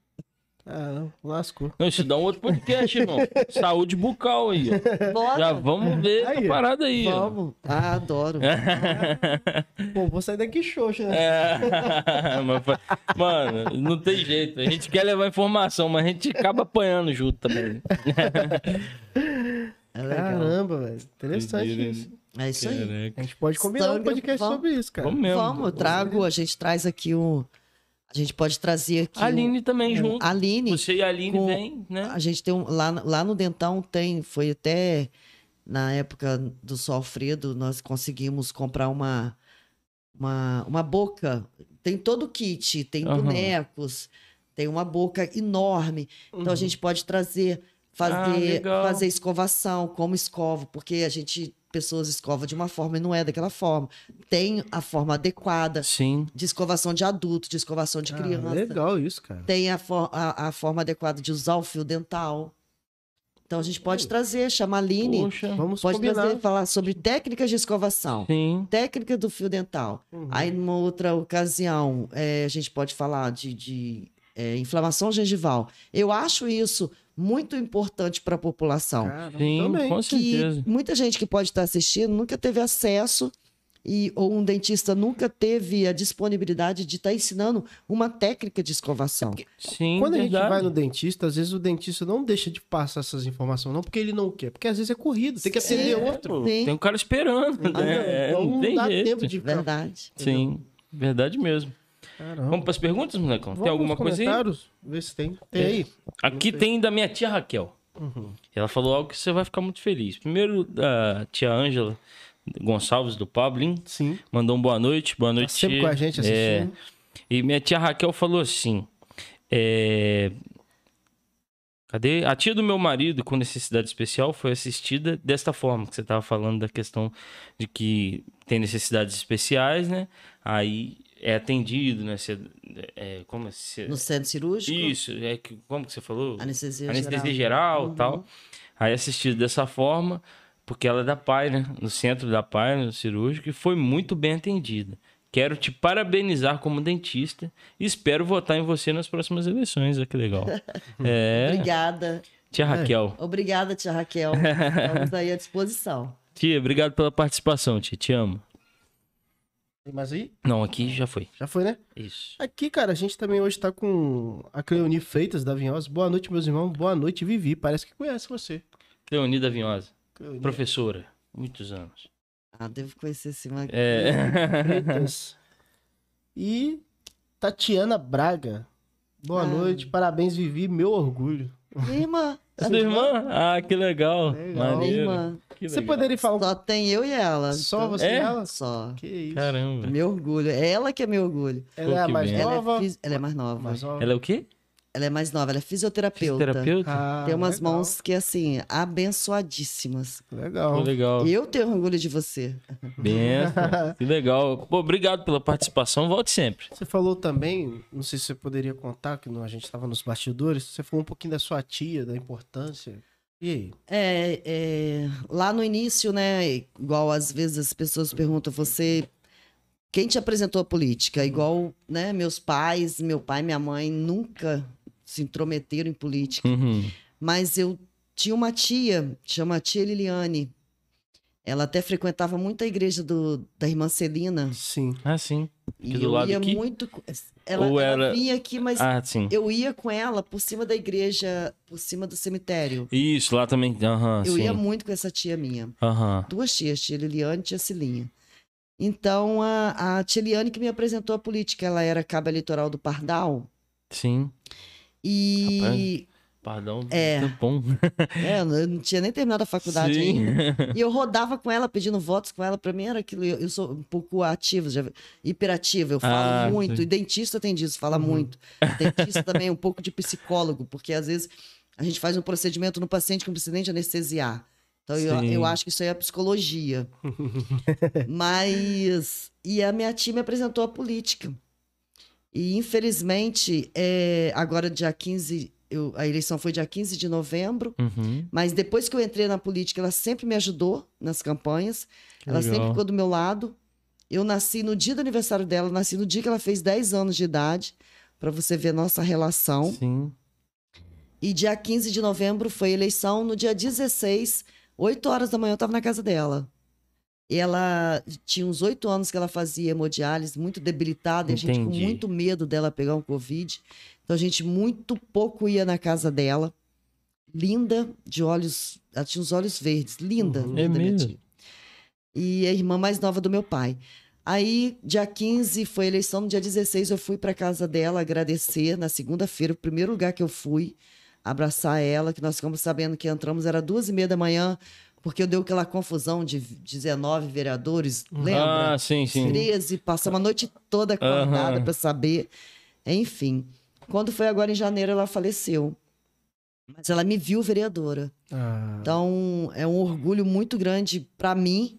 S2: Ah, lascou.
S1: Não, isso dá um outro podcast, irmão. Saúde bucal aí. ó.
S3: bora,
S1: Já vamos ver essa
S2: Aí, ó.
S1: parada aí. ó.
S3: vamos. Ah, adoro.
S2: Pô, vou sair daqui xoxa, né?
S1: É, mas foi- Mano, não tem jeito. A gente quer levar informação, mas a gente acaba apanhando junto também.
S3: É legal.
S2: Caramba, velho. Interessante
S1: Doideira,
S2: isso.
S3: É isso aí.
S2: A gente pode combinar um
S3: Sangra,
S2: podcast
S3: vamos.
S2: sobre isso, cara.
S1: Vamos é mesmo.
S3: Vamos, eu trago, a gente traz aqui um. A gente pode trazer aqui. um-
S1: A Aline também
S3: um,
S1: junto.
S3: Aline.
S1: Você e a Aline
S3: com-
S1: vem, né?
S3: A gente tem um, lá, lá no Dentão tem, foi até na época do Sol Alfredo, nós conseguimos comprar uma, uma, uma boca. Tem todo o kit, tem
S1: Aham.
S3: bonecos, tem uma boca enorme. Então a gente pode trazer, fazer,
S1: legal.
S3: fazer escovação, como escovo, porque a gente, pessoas escovam de uma forma e não é daquela forma. Tem a forma adequada
S1: Sim.
S3: de escovação de adulto, de escovação de
S2: Ah,
S3: criança
S2: legal isso, cara.
S3: tem a, for- a- a forma adequada de usar o fio dental. Então a gente pode trazer, chamar a Aline,
S1: Poxa.
S2: Vamos
S3: pode
S2: combinar.
S3: trazer falar sobre técnicas de escovação,
S1: Sim.
S3: técnica do fio dental.
S2: Uhum.
S3: Aí, numa outra ocasião, é, a gente pode falar de, de, é, inflamação gengival. Eu acho isso muito importante para a população.
S2: Caramba,
S1: Sim,
S2: também.
S1: com
S3: que
S1: certeza.
S3: muita gente que pode estar assistindo nunca teve acesso e ou um dentista nunca teve a disponibilidade de estar ensinando uma técnica de escovação.
S1: Sim,
S2: Quando a gente
S1: verdade.
S2: vai no dentista, às vezes o dentista não deixa de passar essas informações, não porque ele não quer, porque às vezes é corrido, tem que atender
S3: Sim.
S2: outro.
S3: Sim.
S1: Tem um cara esperando, né? É,
S2: então
S1: não
S2: não
S1: tem
S2: dá
S1: jeito.
S2: tempo de ficar.
S3: Verdade.
S1: Sim, verdade mesmo.
S2: Caramba.
S1: Vamos pras perguntas, molecão?
S2: Vamos
S1: tem alguma
S2: nos
S1: coisa aí?
S2: comentários? Vê se tem. Tem aí. Uhum.
S1: Aqui tem da minha tia Raquel. Ela falou algo que você vai ficar muito feliz. Primeiro, da tia Ângela Gonçalves, do Pablin,
S2: Sim. Tá
S1: mandou um boa noite. Boa noite, é.
S2: sempre
S1: tia.
S2: com a gente assistindo.
S1: E minha tia Raquel falou assim: é, Cadê? A tia do meu marido com necessidade especial foi assistida desta forma, que você estava falando da questão de que tem necessidades especiais, né? Aí é atendido, né? Você, é, como é? Você-
S3: No centro cirúrgico,
S1: Isso, é que, como que você falou?
S3: anestesia,
S1: anestesia
S3: geral.
S1: geral e
S3: Uhum.
S1: tal. Aí assistido dessa forma, porque ela é da PAI, né? No centro da PAI, no cirúrgico, e foi muito bem atendida. Quero te parabenizar como dentista e espero votar em você nas próximas eleições. Olha que legal. É,
S3: Obrigada.
S1: tia Raquel.
S3: Obrigada, tia Raquel. Estamos aí à disposição.
S1: Tia, obrigado pela participação, tia. Te amo.
S2: Tem mais aí?
S1: Não, aqui já foi.
S2: Já foi, né?
S1: Isso.
S2: Aqui, cara, a gente também hoje tá com a Cleoni Freitas da Vinhosa. Boa noite, meus irmãos. Boa noite, Vivi. Parece que conhece você.
S1: Leonida Vinhosa,
S2: Cleoni
S1: professora, muitos anos.
S3: Ah, devo conhecer esse man...
S1: É.
S2: Freitas. E Tatiana Braga. Boa
S3: Ah.
S2: noite. Parabéns, Vivi. Meu orgulho.
S3: Minha irmã.
S1: Sua irmã? Ah, que legal.
S2: Legal.
S3: Minha
S1: Maneiro.
S3: irmã.
S1: Que
S2: Você
S1: legal.
S2: poderia falar um...
S3: Só então. tem eu e ela.
S2: só você
S1: É?
S2: e ela?
S3: Só.
S2: Que isso.
S1: Caramba.
S3: Meu orgulho. É ela que é meu orgulho.
S2: Ela é
S1: Pô,
S2: a
S1: que
S2: mais
S1: bem.
S3: Ela é,
S2: nova.
S3: fis- ela é mais nova.
S2: Mais nova.
S1: Ela é o quê?
S3: Ela é mais nova, ela é fisioterapeuta.
S1: Fisioterapeuta?
S2: Ah,
S3: Tem umas
S2: legal.
S3: mãos que, assim, abençoadíssimas.
S1: Pô,
S2: Legal.
S1: legal.
S3: Eu tenho orgulho de você.
S1: Benta. Que legal. Pô, obrigado pela participação. Volte sempre.
S2: Você falou também, não sei se você poderia contar, que não- a gente estava nos bastidores, você falou um pouquinho da sua tia, da importância. E aí?
S3: É, é, lá no início, né? Igual às vezes as pessoas perguntam você, quem te apresentou a política? Igual, né? Meus pais, meu pai, minha mãe nunca se intrometeram em política.
S1: Uhum.
S3: Mas eu tinha uma tia, chama tia Liliane. Ela até frequentava muito a igreja do, da irmã Celina.
S2: Sim.
S1: Ah, sim.
S3: E
S1: do
S3: eu
S1: lado
S3: ia
S1: aqui?
S3: muito. co- Ela,
S1: Ou
S3: ela
S1: era-
S3: vinha aqui, mas
S1: Ah, sim.
S3: eu ia com ela por cima da igreja, por cima do cemitério.
S1: Isso, lá também. Aham,
S3: eu ia
S1: Ah, sim.
S3: muito com essa tia minha.
S1: Aham.
S3: Duas tias, tia Liliane e tia Cilinha. Então, a, a tia Liane que me apresentou a política, ela era cabo eleitoral do Pardal.
S1: Sim.
S3: E
S1: Pardão.
S3: É.
S1: Tá bom.
S3: é, eu não tinha nem terminado a faculdade ainda.
S1: Sim.
S3: E eu rodava com ela, pedindo votos com ela. Pra mim era aquilo. Eu, eu sou um pouco ativa, já, hiperativa. Eu falo
S1: Ah,
S3: muito.
S1: sim. Uhum.
S3: E dentista tem disso, fala muito. Dentista também é um pouco de psicólogo, porque às vezes a gente faz um procedimento no paciente que não precisa nem de anestesiar. Então eu,
S1: Sim.
S3: eu acho que isso aí é a psicologia. Mas. E a minha tia me apresentou a política. E infelizmente, é, agora dia 15. eu- a eleição foi dia 15 de novembro.
S1: Uhum.
S3: Mas depois que eu entrei na política, ela sempre me ajudou nas campanhas.
S1: Que
S3: ela sempre
S1: legal.
S3: ficou do meu lado. Eu nasci no dia do aniversário dela, nasci no dia que ela fez 10 anos de idade, para você ver nossa relação.
S1: Sim.
S3: E dia 15 de novembro foi a eleição. No dia 16, 8 horas da manhã, eu estava na casa dela. E ela tinha uns 8 anos que ela fazia hemodiálise, muito debilitada, e a gente com
S1: Entendi.
S3: muito medo dela pegar um Covid. Então a gente muito pouco ia na casa dela. Linda, de olhos. Ela tinha os olhos verdes, linda,
S2: Uhum.
S3: linda,
S1: É
S3: minha
S1: mesmo?
S3: tia. E a irmã mais nova do meu pai. Aí, dia 15 foi a eleição, no dia 16 eu fui para casa dela agradecer, na segunda-feira, o primeiro lugar que eu fui abraçar ela, que nós ficamos sabendo que entramos, era duas e meia da manhã, porque eu dei aquela confusão de 19 vereadores, lembra?
S1: Ah, sim, sim.
S3: 13, passamos a noite toda acordada
S1: Aham.
S3: para saber. Enfim, quando foi agora em janeiro, ela faleceu. Mas ela me viu vereadora.
S2: Ah,
S3: Então, é um orgulho muito grande para mim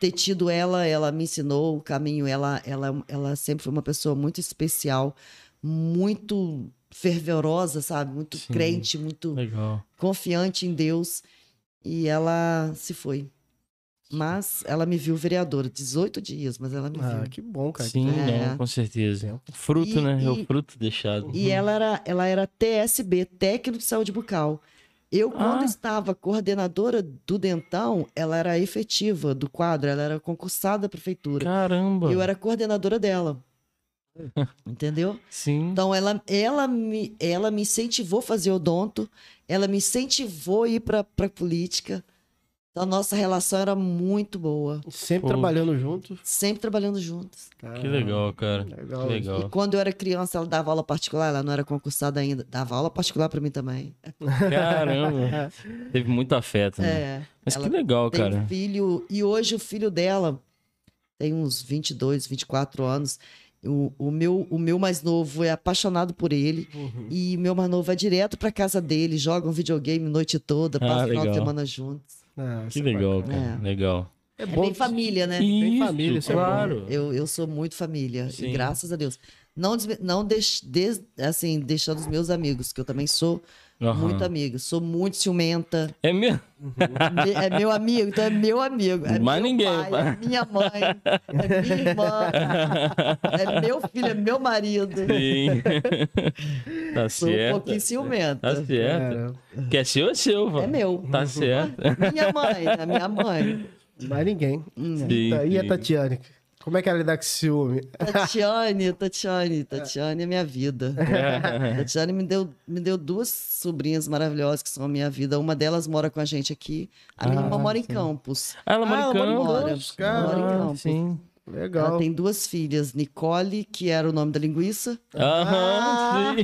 S3: ter tido ela. Ela me ensinou o caminho. Ela, ela, ela sempre foi uma pessoa muito especial, muito fervorosa, sabe? Muito
S1: Sim.
S3: crente, muito
S1: Legal.
S3: confiante em Deus. E ela se foi. Mas ela me viu vereadora, 18 dias, mas ela me viu.
S2: ah, que bom, cara.
S1: Sim,
S3: É.
S1: não, com certeza.
S2: Exemplo.
S1: Fruto,
S3: E-
S1: né? É
S3: e-
S1: o fruto deixado.
S3: E é ela era, ela era TSB, técnico de saúde bucal. Eu, quando
S1: Ah.
S3: estava coordenadora do Dentão, ela era efetiva do quadro, ela era concursada da prefeitura.
S1: Caramba.
S3: Eu era coordenadora dela. Entendeu?
S1: Sim.
S3: Então, ela, ela, me, ela me incentivou a fazer odonto, ela me incentivou a ir para a política. Então, a nossa relação era muito boa.
S2: Sempre
S1: Pô.
S2: trabalhando junto.
S3: Sempre trabalhando juntos.
S1: Que legal, cara.
S2: Legal.
S1: Que legal.
S3: E quando eu era criança, ela dava aula particular, ela não era concursada ainda. Dava aula particular para mim também.
S1: Caramba. Teve muito afeto, né?
S3: É.
S1: Mas
S3: ela
S1: que legal,
S3: tem
S1: cara.
S3: filho, e hoje o filho dela tem uns 22, 24 anos. O, o, meu, o meu mais novo é apaixonado por ele.
S2: Uhum.
S3: E meu mais novo vai direto pra casa dele, joga um videogame noite toda,
S1: Ah,
S3: passa o final de
S1: legal.
S3: semana juntos.
S2: Ah, isso
S1: Que
S2: é
S1: legal,
S2: bacana.
S1: cara. Legal.
S2: É
S3: É,
S2: bom.
S3: bem
S2: que-
S3: família, né?
S2: Tem
S1: Isso,
S2: família, isso é bom.
S1: claro.
S3: Eu, eu sou muito família, e
S1: Sim.
S3: graças a Deus. Não, desme- não deix- des- assim, deixando os meus amigos, que eu também sou
S1: Aham.
S3: Muito amiga. Sou muito ciumenta.
S1: É mesmo?
S3: Me- É meu amigo, então é meu amigo. É
S1: Mais
S3: meu
S1: ninguém, né?
S3: Pai, é minha mãe, é minha irmã, é meu filho, é meu marido.
S1: Sim. tá
S3: Sou um
S1: certo.
S3: pouquinho ciumenta.
S1: Tá certo.
S2: Cara,
S1: Que é seu, é seu, vó.
S3: É meu.
S1: Tá certo.
S3: Minha mãe, é minha mãe.
S2: mais ninguém.
S3: Hum.
S1: Sim,
S2: Tá, e a
S1: sim.
S2: Tatiane? Como é que ela lidar com esse ciúme?
S3: Tatiane, Tatiane, Tatiane é minha vida. Tatiane me deu, me deu duas sobrinhas maravilhosas que são a minha vida. Uma delas mora com a gente aqui. A minha
S2: Ah,
S3: irmã mora em
S2: sim.
S3: Campos.
S1: Ah, Ela mora
S2: Ah,
S1: em
S2: ela mora em
S1: Campos.
S2: Campos,
S1: Ah,
S2: cara.
S3: Mora em Campos.
S1: Sim.
S2: Legal.
S3: Ela tem duas filhas, Nicole, que era o nome da linguiça,
S1: Aham,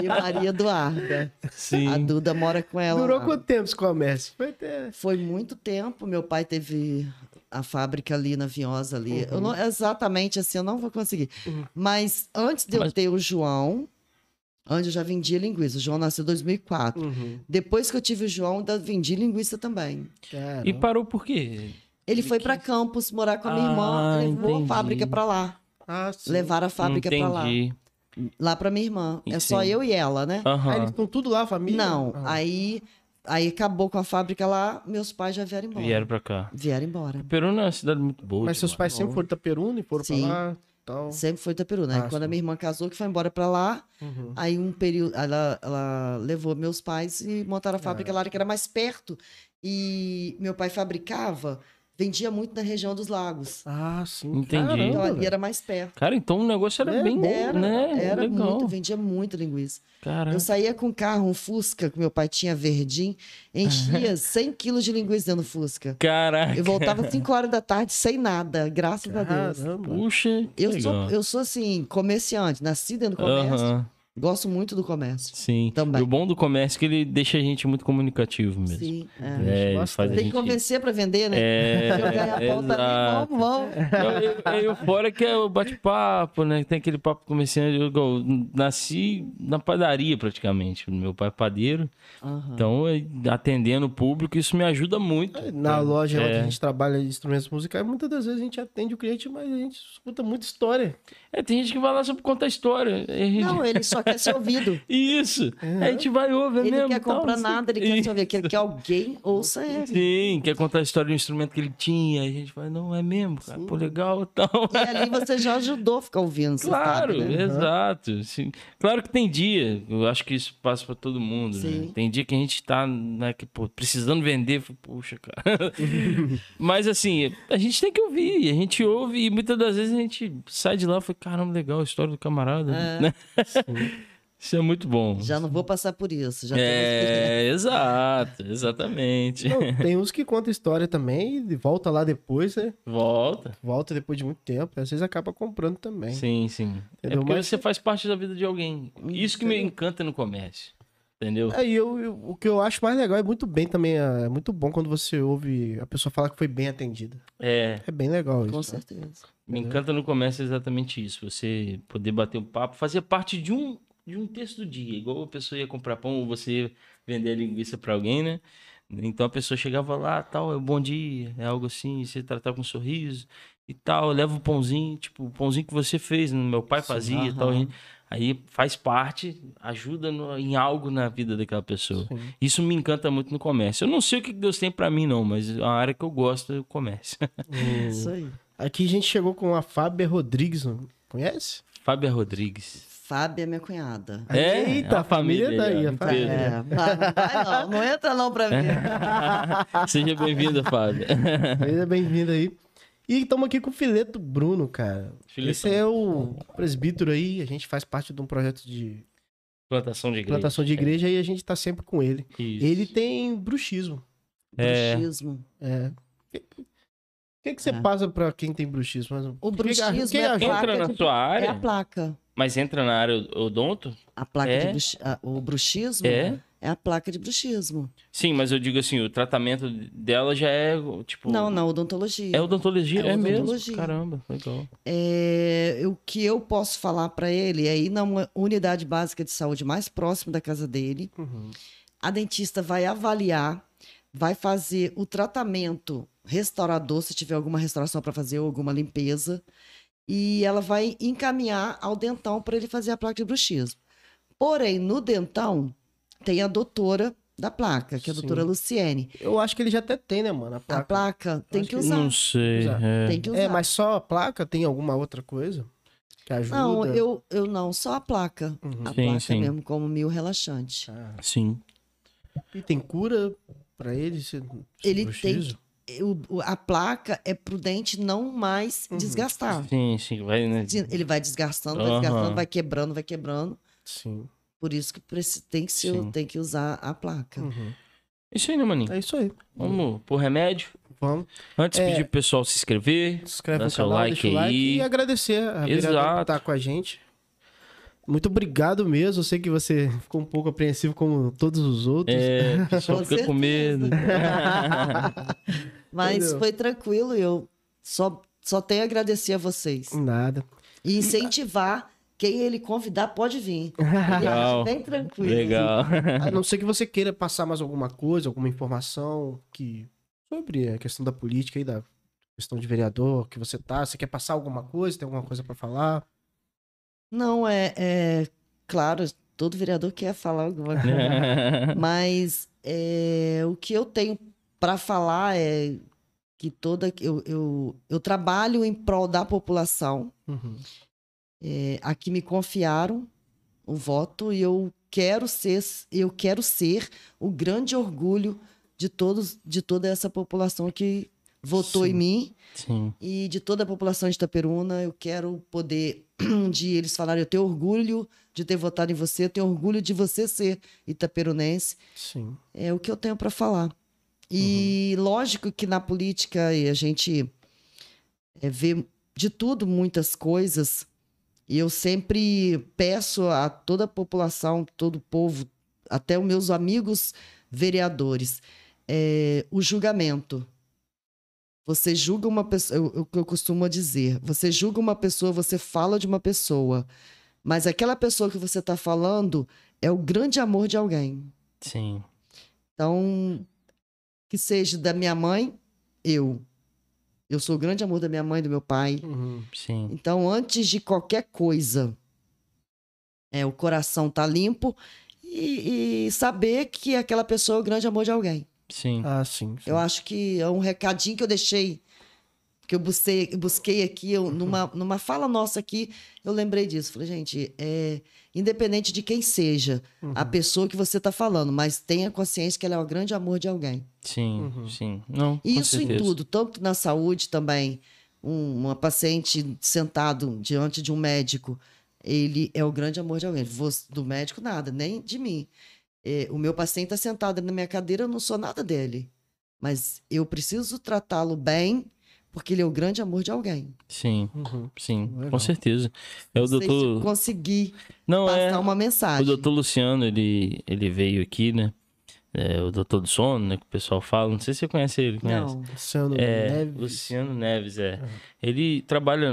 S3: e Maria Eduarda.
S1: sim.
S3: A
S1: sim.
S3: Duda mora com ela.
S2: Durou
S3: lá.
S2: quanto tempo esse comércio? Foi até.
S3: Foi muito tempo. Meu pai teve a fábrica ali na Vinhosa ali.
S2: Uhum.
S3: Eu não- exatamente assim, eu não vou conseguir. Mas antes de eu
S1: Mas-
S3: ter o João, antes eu já vendia linguiça. O João nasceu em 2004.
S2: Uhum.
S3: Depois que eu tive o João, ainda vendi linguiça também.
S2: Cara.
S1: E parou por quê?
S3: Ele foi para Campos morar com a minha irmã,
S1: Ah,
S3: levou
S1: entendi.
S3: a fábrica para lá.
S2: Ah, sim.
S3: Levaram a fábrica para é lá.
S1: Entendi.
S3: Lá para minha irmã. É só
S1: Sim.
S3: eu e ela, né?
S2: Ah, eles
S1: Aham.
S2: estão tudo lá, a família?
S3: Não,
S2: Ah.
S3: aí aí acabou com a fábrica lá, meus pais já vieram embora.
S1: Vieram pra cá.
S3: Vieram embora.
S1: Peruna é uma cidade muito boa.
S2: Mas seus
S1: demais.
S2: pais sempre foram Itaperuna e foram
S3: Sim.
S2: pra lá tal.
S3: Sempre foi Itaperu, né?
S2: Ah,
S3: Quando a
S2: sim.
S3: minha irmã casou, que foi embora pra lá,
S2: Uhum.
S3: aí um período. Ela, ela levou meus pais e
S2: Ah.
S3: montaram a fábrica lá, que era mais perto. E meu pai fabricava, vendia muito na região dos lagos.
S2: Ah, sim.
S1: Entendi.
S2: Caramba,
S3: Então ali
S2: velho.
S3: era mais perto.
S1: Cara, então o negócio era
S2: É,
S1: bem bom,
S3: Era,
S1: né?
S3: era
S1: Legal. Ah.
S3: muito, vendia muito linguiça.
S1: Cara,
S3: Eu saía com um carro, um Fusca, que meu pai tinha verdim,
S1: Ah.
S3: enchia 100 quilos de linguiça dentro do Fusca.
S1: caraca.
S3: Eu voltava 5 horas da tarde sem nada, graças a Deus.
S2: Caramba.
S1: Puxa,
S3: Eu
S1: legal.
S3: sou, eu sou assim, comerciante, nasci dentro do comércio,
S1: Aham,
S3: gosto muito do comércio.
S1: sim.
S3: Também.
S1: E o bom do comércio é que ele deixa a gente muito comunicativo mesmo.
S3: Sim, é.
S1: É, ele
S2: Bastante.
S1: faz a
S3: Tem que
S1: gente...
S3: convencer pra vender, né?
S1: É,
S3: Se eu ganhar a pauta ali,
S1: exato. É,
S3: vamos, vamos.
S1: Eu, eu, eu fora que é o bate-papo, né? Tem aquele papo comerciante. Eu, igual, nasci na padaria praticamente. Meu pai é padeiro.
S3: Aham.
S1: Então, eh, atendendo o público, isso me ajuda muito.
S2: Na loja onde
S1: É.
S2: a gente trabalha de instrumentos musicais, muitas das vezes a gente atende o cliente, mas a gente escuta muita história.
S1: É, tem gente que vai lá só pra contar história. É, gente-
S3: Não, ele só quer ser ouvido.
S1: E isso. A gente vai ouvir
S3: Ele
S1: É mesmo. Então,
S3: não quer
S1: tal,
S3: comprar
S1: não sei-
S3: nada, ele quer
S1: E-
S3: ser ouvido. Ele quer que alguém ouça ele.
S1: Sim, quer contar a história de um instrumento que ele tinha. A gente vai, não, é mesmo, cara. Pô, legal e tal.
S3: E ali você já ajudou a ficar ouvindo, você
S1: Claro,
S3: sabe, né?
S1: exato. sim. Claro que tem dia, eu acho que isso passa pra todo mundo. né?
S3: Sim.
S1: Tem dia que a gente tá né, que, pô, precisando vender, fala, puxa, cara. Mas assim, a gente tem que ouvir, a gente ouve e muitas das vezes a gente sai de lá e fala, caramba, legal a história do camarada. né? Isso é muito bom.
S3: Já não vou passar por isso. Já tenho experiência.
S1: É, exato, exatamente.
S2: Não, tem uns que contam história também e volta lá depois, né?
S1: Volta.
S2: Volta depois de muito tempo. Às vezes acaba comprando também.
S1: Sim, sim. É
S2: Entendeu?
S1: porque
S2: Mas-
S1: você faz parte da vida de alguém. Isso que me encanta no comércio. Entendeu?
S2: Aí É, eu, eu- o que eu acho mais legal é muito bem também. É muito bom quando você ouve a pessoa falar que foi bem atendida.
S1: É.
S2: É bem legal
S3: Com
S2: isso. né?
S3: certeza.
S1: Me encanta no comércio exatamente isso. Você poder bater um papo, fazer parte de um, de um texto do dia. Igual a pessoa ia comprar pão ou você vender a linguiça pra alguém, né? Então a pessoa chegava lá, tal, é um bom dia, é algo assim, e você tratava com um sorriso e tal, leva o pãozinho, tipo, o pãozinho que você fez, né? meu pai fazia e tal.
S3: aham.
S1: Aí faz parte, ajuda no- em algo na vida daquela pessoa.
S2: Sim.
S1: Isso me encanta muito no comércio. Eu não sei o que que Deus tem pra mim, não, mas a área que eu gosto é o comércio.
S3: É Isso aí.
S2: Aqui a gente chegou com a Fábia Rodrigues, mano. conhece?
S1: Fábia Rodrigues.
S3: Fábia é minha cunhada.
S1: É,
S2: Eita,
S1: é
S2: a família daí,
S1: ó,
S2: a
S1: inteira.
S2: família.
S3: É, vai, vai não, não entra não
S1: É.
S3: pra mim.
S1: Seja bem-vinda, Fábio.
S2: Seja bem-vindo é aí. E estamos aqui com o Fileto Bruno, cara.
S1: Filetão.
S2: Esse é o presbítero aí, a gente faz parte de um projeto de
S1: Plantação de igreja.
S2: plantação de igreja e a gente tá sempre com ele.
S1: Isso.
S2: Ele tem bruxismo.
S1: É.
S3: Bruxismo.
S2: É. O que, que você
S3: É.
S2: passa pra quem tem bruxismo? Mas-
S3: O
S2: que que-
S3: bruxismo
S2: quem
S3: é
S2: ajuda?
S3: placa
S1: Entra na
S3: de-
S1: sua
S3: É
S1: área,
S3: a placa.
S1: mas entra na área odonto?
S3: A placa
S1: É?
S3: de bruxi- a- O bruxismo
S1: É?
S3: a placa de bruxismo.
S1: Sim, mas eu digo assim, o tratamento dela já é, tipo...
S3: Não, na odontologia.
S1: É odontologia,
S3: É
S1: é, mesmo.
S3: odontologia.
S1: Caramba, legal.
S3: É, o que eu posso falar para ele é ir na uma unidade básica de saúde mais próxima da casa dele.
S2: Uhum.
S3: A dentista vai avaliar, vai fazer o tratamento restaurador, se tiver alguma restauração para fazer ou alguma limpeza. E ela vai encaminhar ao dentão para ele fazer a placa de bruxismo. Porém, no dentão, tem a doutora da placa, que é a doutora
S2: Sim.
S3: Luciene.
S2: Eu acho que ele já até tem, né, mano? A placa.
S3: A placa tem
S2: acho
S3: que
S2: que
S3: usar.
S1: Não sei.
S2: Usar.
S1: é.
S3: Tem que usar.
S2: É, mas só a placa tem alguma outra coisa que ajuda?
S3: Não, eu, eu não, só a placa.
S2: Uhum.
S3: A
S1: Sim,
S3: placa
S1: sim.
S3: mesmo, como mil relaxante.
S2: Ah,
S1: Sim.
S2: e tem cura pra ele? Se, se
S3: Ele
S2: bruxismo?
S3: Eu- o- a placa é pro dente não mais
S2: Uhum.
S3: desgastar.
S1: Sim, sim. Vai, né?
S3: De- Ele vai desgastando, vai
S1: Aham.
S3: desgastando, vai quebrando, vai quebrando.
S2: Sim.
S3: Por isso que preci- tem que, se-
S1: Sim.
S3: tem que usar a placa.
S2: Uhum.
S1: Isso aí, né, maninho?
S2: É isso aí.
S1: Vamos pro remédio.
S2: Vamos.
S1: Antes,
S2: É.
S1: pedir pro pessoal se inscrever.
S2: Se inscreve
S1: Dá
S2: no
S1: seu
S2: canal,
S1: like
S2: deixa o like
S1: aí.
S2: e agradecer a vereadora que
S1: Exato.
S2: tá com a gente. Muito obrigado mesmo. Eu sei que você ficou um pouco apreensivo como todos os outros.
S1: É, o pessoal
S3: Com
S1: fica com
S3: certeza.
S1: medo.
S3: Mas
S2: Entendeu?
S3: foi tranquilo, eu só, só tenho a agradecer a vocês.
S2: Hum. Nada.
S3: E incentivar quem ele convidar pode vir.
S1: Legal.
S3: Bem tranquilo.
S1: Legal.
S2: A não ser que você queira passar mais alguma coisa, alguma informação que sobre a questão da política e da questão de vereador que você tá, você quer passar alguma coisa, tem alguma coisa pra falar?
S3: Não, é, é- Claro, todo vereador quer falar alguma coisa. Mas é, o que eu tenho para falar é que toda. Eu, eu, eu trabalho em prol da população.
S2: Uhum.
S3: É, aqui me confiaram o voto e eu quero ser, eu quero ser o grande orgulho de todos, de toda essa população que votou
S2: Sim.
S3: em mim
S1: Sim.
S3: e de toda a população de Itaperuna. Eu quero poder um dia eles falarem, eu tenho orgulho de ter votado em você, eu tenho orgulho de você ser itaperunense.
S2: Sim.
S3: É o que eu tenho para falar. E lógico que na política e a gente é, vê de tudo muitas coisas. E eu sempre peço a toda a população, todo o povo, até os meus amigos vereadores, é, o julgamento. Você julga uma pessoa, eu- eu- o que eu costumo dizer, você julga uma pessoa, você fala de uma pessoa, mas aquela pessoa que você está falando é o grande amor de alguém.
S1: Sim.
S3: Então, que seja da minha mãe, eu. Eu sou o grande amor da minha mãe e do meu pai.
S2: Uhum.
S1: Sim.
S3: Então, antes de qualquer coisa, é, o coração tá limpo e, e saber que aquela pessoa é o grande amor de alguém.
S1: Sim.
S2: Ah, sim. sim.
S3: Eu acho que é um recadinho que eu deixei, que eu busquei, eu busquei aqui, eu- numa, numa fala nossa aqui, eu lembrei disso. Falei, gente, é, independente de quem seja
S2: Uhum.
S3: a pessoa que você tá falando, mas tenha consciência que ela é o grande amor de alguém.
S1: Sim.
S2: Uhum.
S1: Sim. Não. com
S3: Isso em
S1: certeza.
S3: tudo, tanto na saúde também. Um- uma paciente sentado diante de um médico, ele é o grande amor de alguém. Você- do médico, nada, nem de mim. É, o meu paciente está sentado na minha cadeira, eu não sou nada dele. Mas eu preciso tratá-lo bem, porque ele é o grande amor de alguém.
S1: Sim.
S2: Uhum.
S1: Sim. Com
S2: Legal.
S1: certeza. É o
S3: Não sei se eu
S1: doutor.
S3: Consegui
S1: Não
S3: passar
S1: é.
S3: uma mensagem.
S1: O doutor Luciano, ele, ele veio aqui, né? É, o doutor do sono, né? Que o pessoal fala. Não sei se você conhece ele. Conhece?
S3: Não.
S2: Luciano
S1: É,
S2: Neves.
S1: Luciano Neves, é. Ele trabalha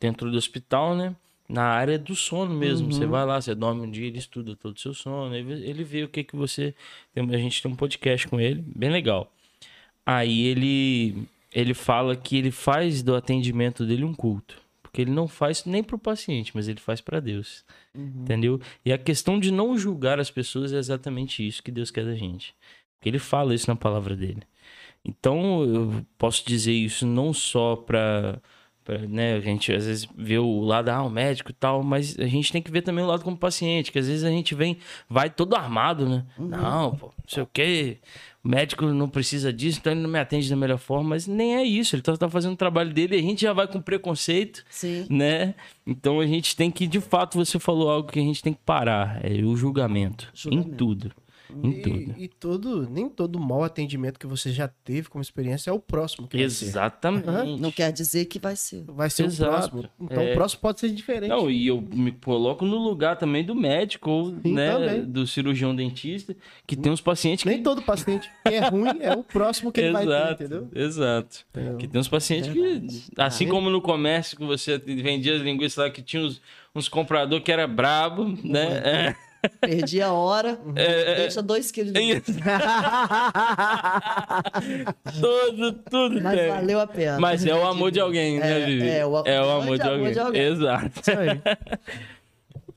S1: dentro do hospital, né? Na área do sono mesmo.
S2: Uhum.
S1: Você vai lá, você dorme um dia, ele estuda todo o seu sono. Ele ele vê o que que você... tem- A gente tem um podcast com ele, bem legal. Aí ele, ele fala que ele faz do atendimento dele um culto. Porque ele não faz nem pro paciente, mas ele faz para Deus.
S2: Uhum.
S1: Entendeu? E a questão de não julgar as pessoas é exatamente isso que Deus quer da gente. Porque ele fala isso na palavra dele. Então, eu posso dizer isso não só pra. pra, né, a gente às vezes vê o lado, ah, o médico e tal, mas a gente tem que ver também o lado como paciente, que às vezes a gente vem, vai todo armado, né?
S3: Uhum.
S1: Não, pô, não sei o quê, o médico não precisa disso, então ele não me atende da melhor forma, mas nem é isso, ele tá, tá fazendo o trabalho dele e a gente já vai com preconceito,
S3: Sim.
S1: né? Então a gente tem que, de fato, você falou algo que a gente tem que parar, é o julgamento, em
S3: Julgamento.
S1: tudo, em tudo.
S2: E, e todo, nem todo mau atendimento que você já teve como experiência é o próximo que vai ser.
S1: Exatamente.
S3: Não quer dizer que vai ser.
S2: Vai ser
S1: Exato.
S2: o próximo. Então
S1: É.
S2: o próximo pode ser diferente.
S1: Não, e eu me coloco no lugar também do médico ou
S2: Sim,
S1: né,
S2: também.
S1: do cirurgião dentista, que tem uns pacientes
S2: Nem
S1: que.
S2: todo paciente que é ruim é o próximo que ele vai ter,
S1: exato,
S2: entendeu?
S1: exato.
S2: É.
S1: Que tem uns pacientes
S3: Verdade.
S1: que, assim
S2: Ah,
S1: como no comércio que você vendia as linguiças lá, que tinha uns, uns comprador que era brabo,
S2: é.
S1: né?
S3: Perdi a hora,
S1: É, é,
S3: deixa dois quilos.
S1: É, é, tudo, tudo
S3: Mas
S1: tem.
S3: valeu a pena.
S1: É. Mas é o amor de alguém, né,
S3: É,
S1: Vivi?
S3: é o-
S1: amor de alguém. Exato.
S2: Isso aí.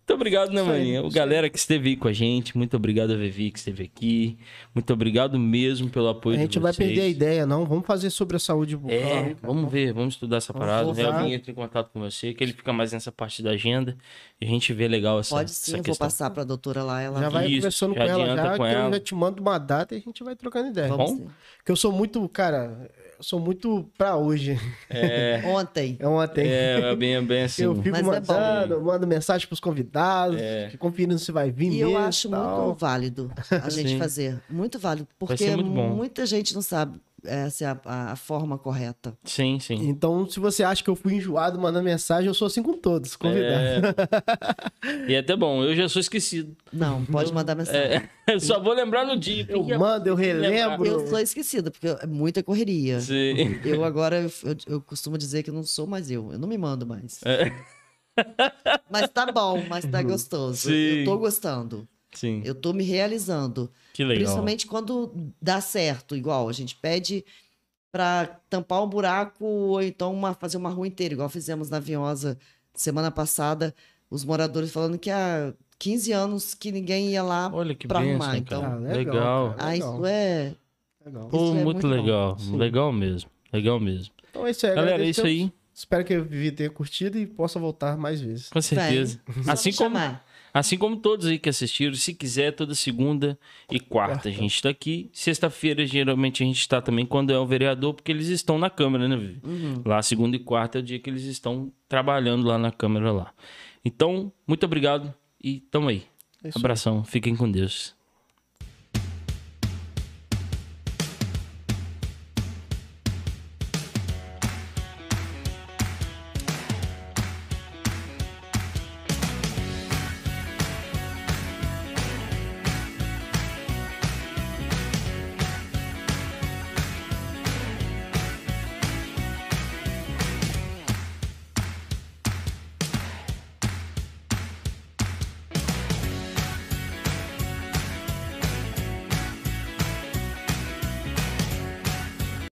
S1: Muito obrigado, né,
S2: Isso aí,
S1: Maninha? O
S2: isso
S1: galera que esteve aí com a gente, muito obrigado a Vivi que esteve aqui. Muito obrigado mesmo pelo apoio
S2: A
S1: de
S2: gente não vai
S1: vocês.
S2: perder a ideia, não. Vamos fazer sobre a saúde bucal.
S1: É,
S2: cara.
S1: vamos ver, vamos estudar essa
S2: Vamos
S1: parada. O
S2: voltar.
S1: Relvin entra em contato com você, que ele fica mais nessa parte da agenda. E a gente vê legal essa,
S3: Pode sim,
S1: essa
S3: eu vou
S1: questão.
S3: passar para a doutora lá. Ela
S2: Já vai
S1: Isso,
S2: conversando
S1: já
S2: com ela
S1: adianta
S2: já,
S1: com
S2: que
S1: ela.
S2: eu já te mando uma data e a gente vai trocando ideia.
S1: Vamos.
S3: Vamos ver.
S2: Porque eu sou muito, cara, eu sou muito pra hoje.
S1: É,
S3: Ontem.
S2: É ontem.
S1: é, é bem, bem assim.
S2: Eu fico
S3: Mas é bom.
S2: mandando, mando mensagem pros convidados,
S1: É.
S2: conferindo se vai vir
S3: E
S2: mesmo.
S3: eu acho
S2: tal.
S3: muito válido a gente
S1: Sim.
S3: fazer. Muito válido. Porque
S1: ser muito bom.
S3: muita gente não sabe essa é a, a forma correta.
S1: Sim, sim.
S2: Então, se você acha que eu fui enjoado mandando mensagem, eu sou assim com todos, convidados.
S1: É. E é até bom, eu já sou esquecido.
S3: Não, pode mandar mensagem.
S1: É, eu só vou lembrar no dia.
S2: Eu mando, eu relembro.
S3: Eu sou esquecida, porque é muita correria.
S1: Sim.
S3: Eu agora, eu, eu costumo dizer que não sou mais eu. Eu não me mando mais.
S1: É. Uhum.
S3: Mas tá bom, mas tá gostoso.
S1: Sim.
S3: Eu tô gostando.
S1: Sim.
S3: Eu tô me realizando.
S1: Que legal.
S3: Principalmente quando dá certo, igual a gente pede para tampar um buraco ou então uma- fazer uma rua inteira, igual fizemos na Vinhosa semana passada, os moradores falando que há 15 anos que ninguém ia lá.
S1: Olha que
S3: pra
S1: bênção,
S3: arrumar,
S1: cara.
S2: então. Ah, legal,
S1: legal.
S2: cara.
S3: Ah, isso é.
S2: Legal.
S1: Pô,
S3: Isso é
S1: muito,
S3: muito bom.
S1: legal.
S2: Sim.
S1: Legal mesmo. Legal mesmo.
S2: Então é isso aí,
S1: Galera, é
S2: agradeço.
S1: isso aí.
S2: Espero que a Vivi tenha curtido e possa voltar mais vezes.
S1: Com certeza.
S3: Só
S1: Assim
S3: me
S1: como,
S3: chamar.
S1: assim como todos aí que assistiram, se quiser, toda segunda e quarta, a gente tá aqui. Sexta-feira, geralmente, a gente tá também quando é o vereador, porque eles estão na Câmara, né, Vivi?
S3: Uhum.
S1: Lá, segunda e quarta é o dia que eles estão trabalhando lá na Câmara lá. Então, muito obrigado e tamo aí.
S2: É isso aí.
S1: Abração. Fiquem com Deus.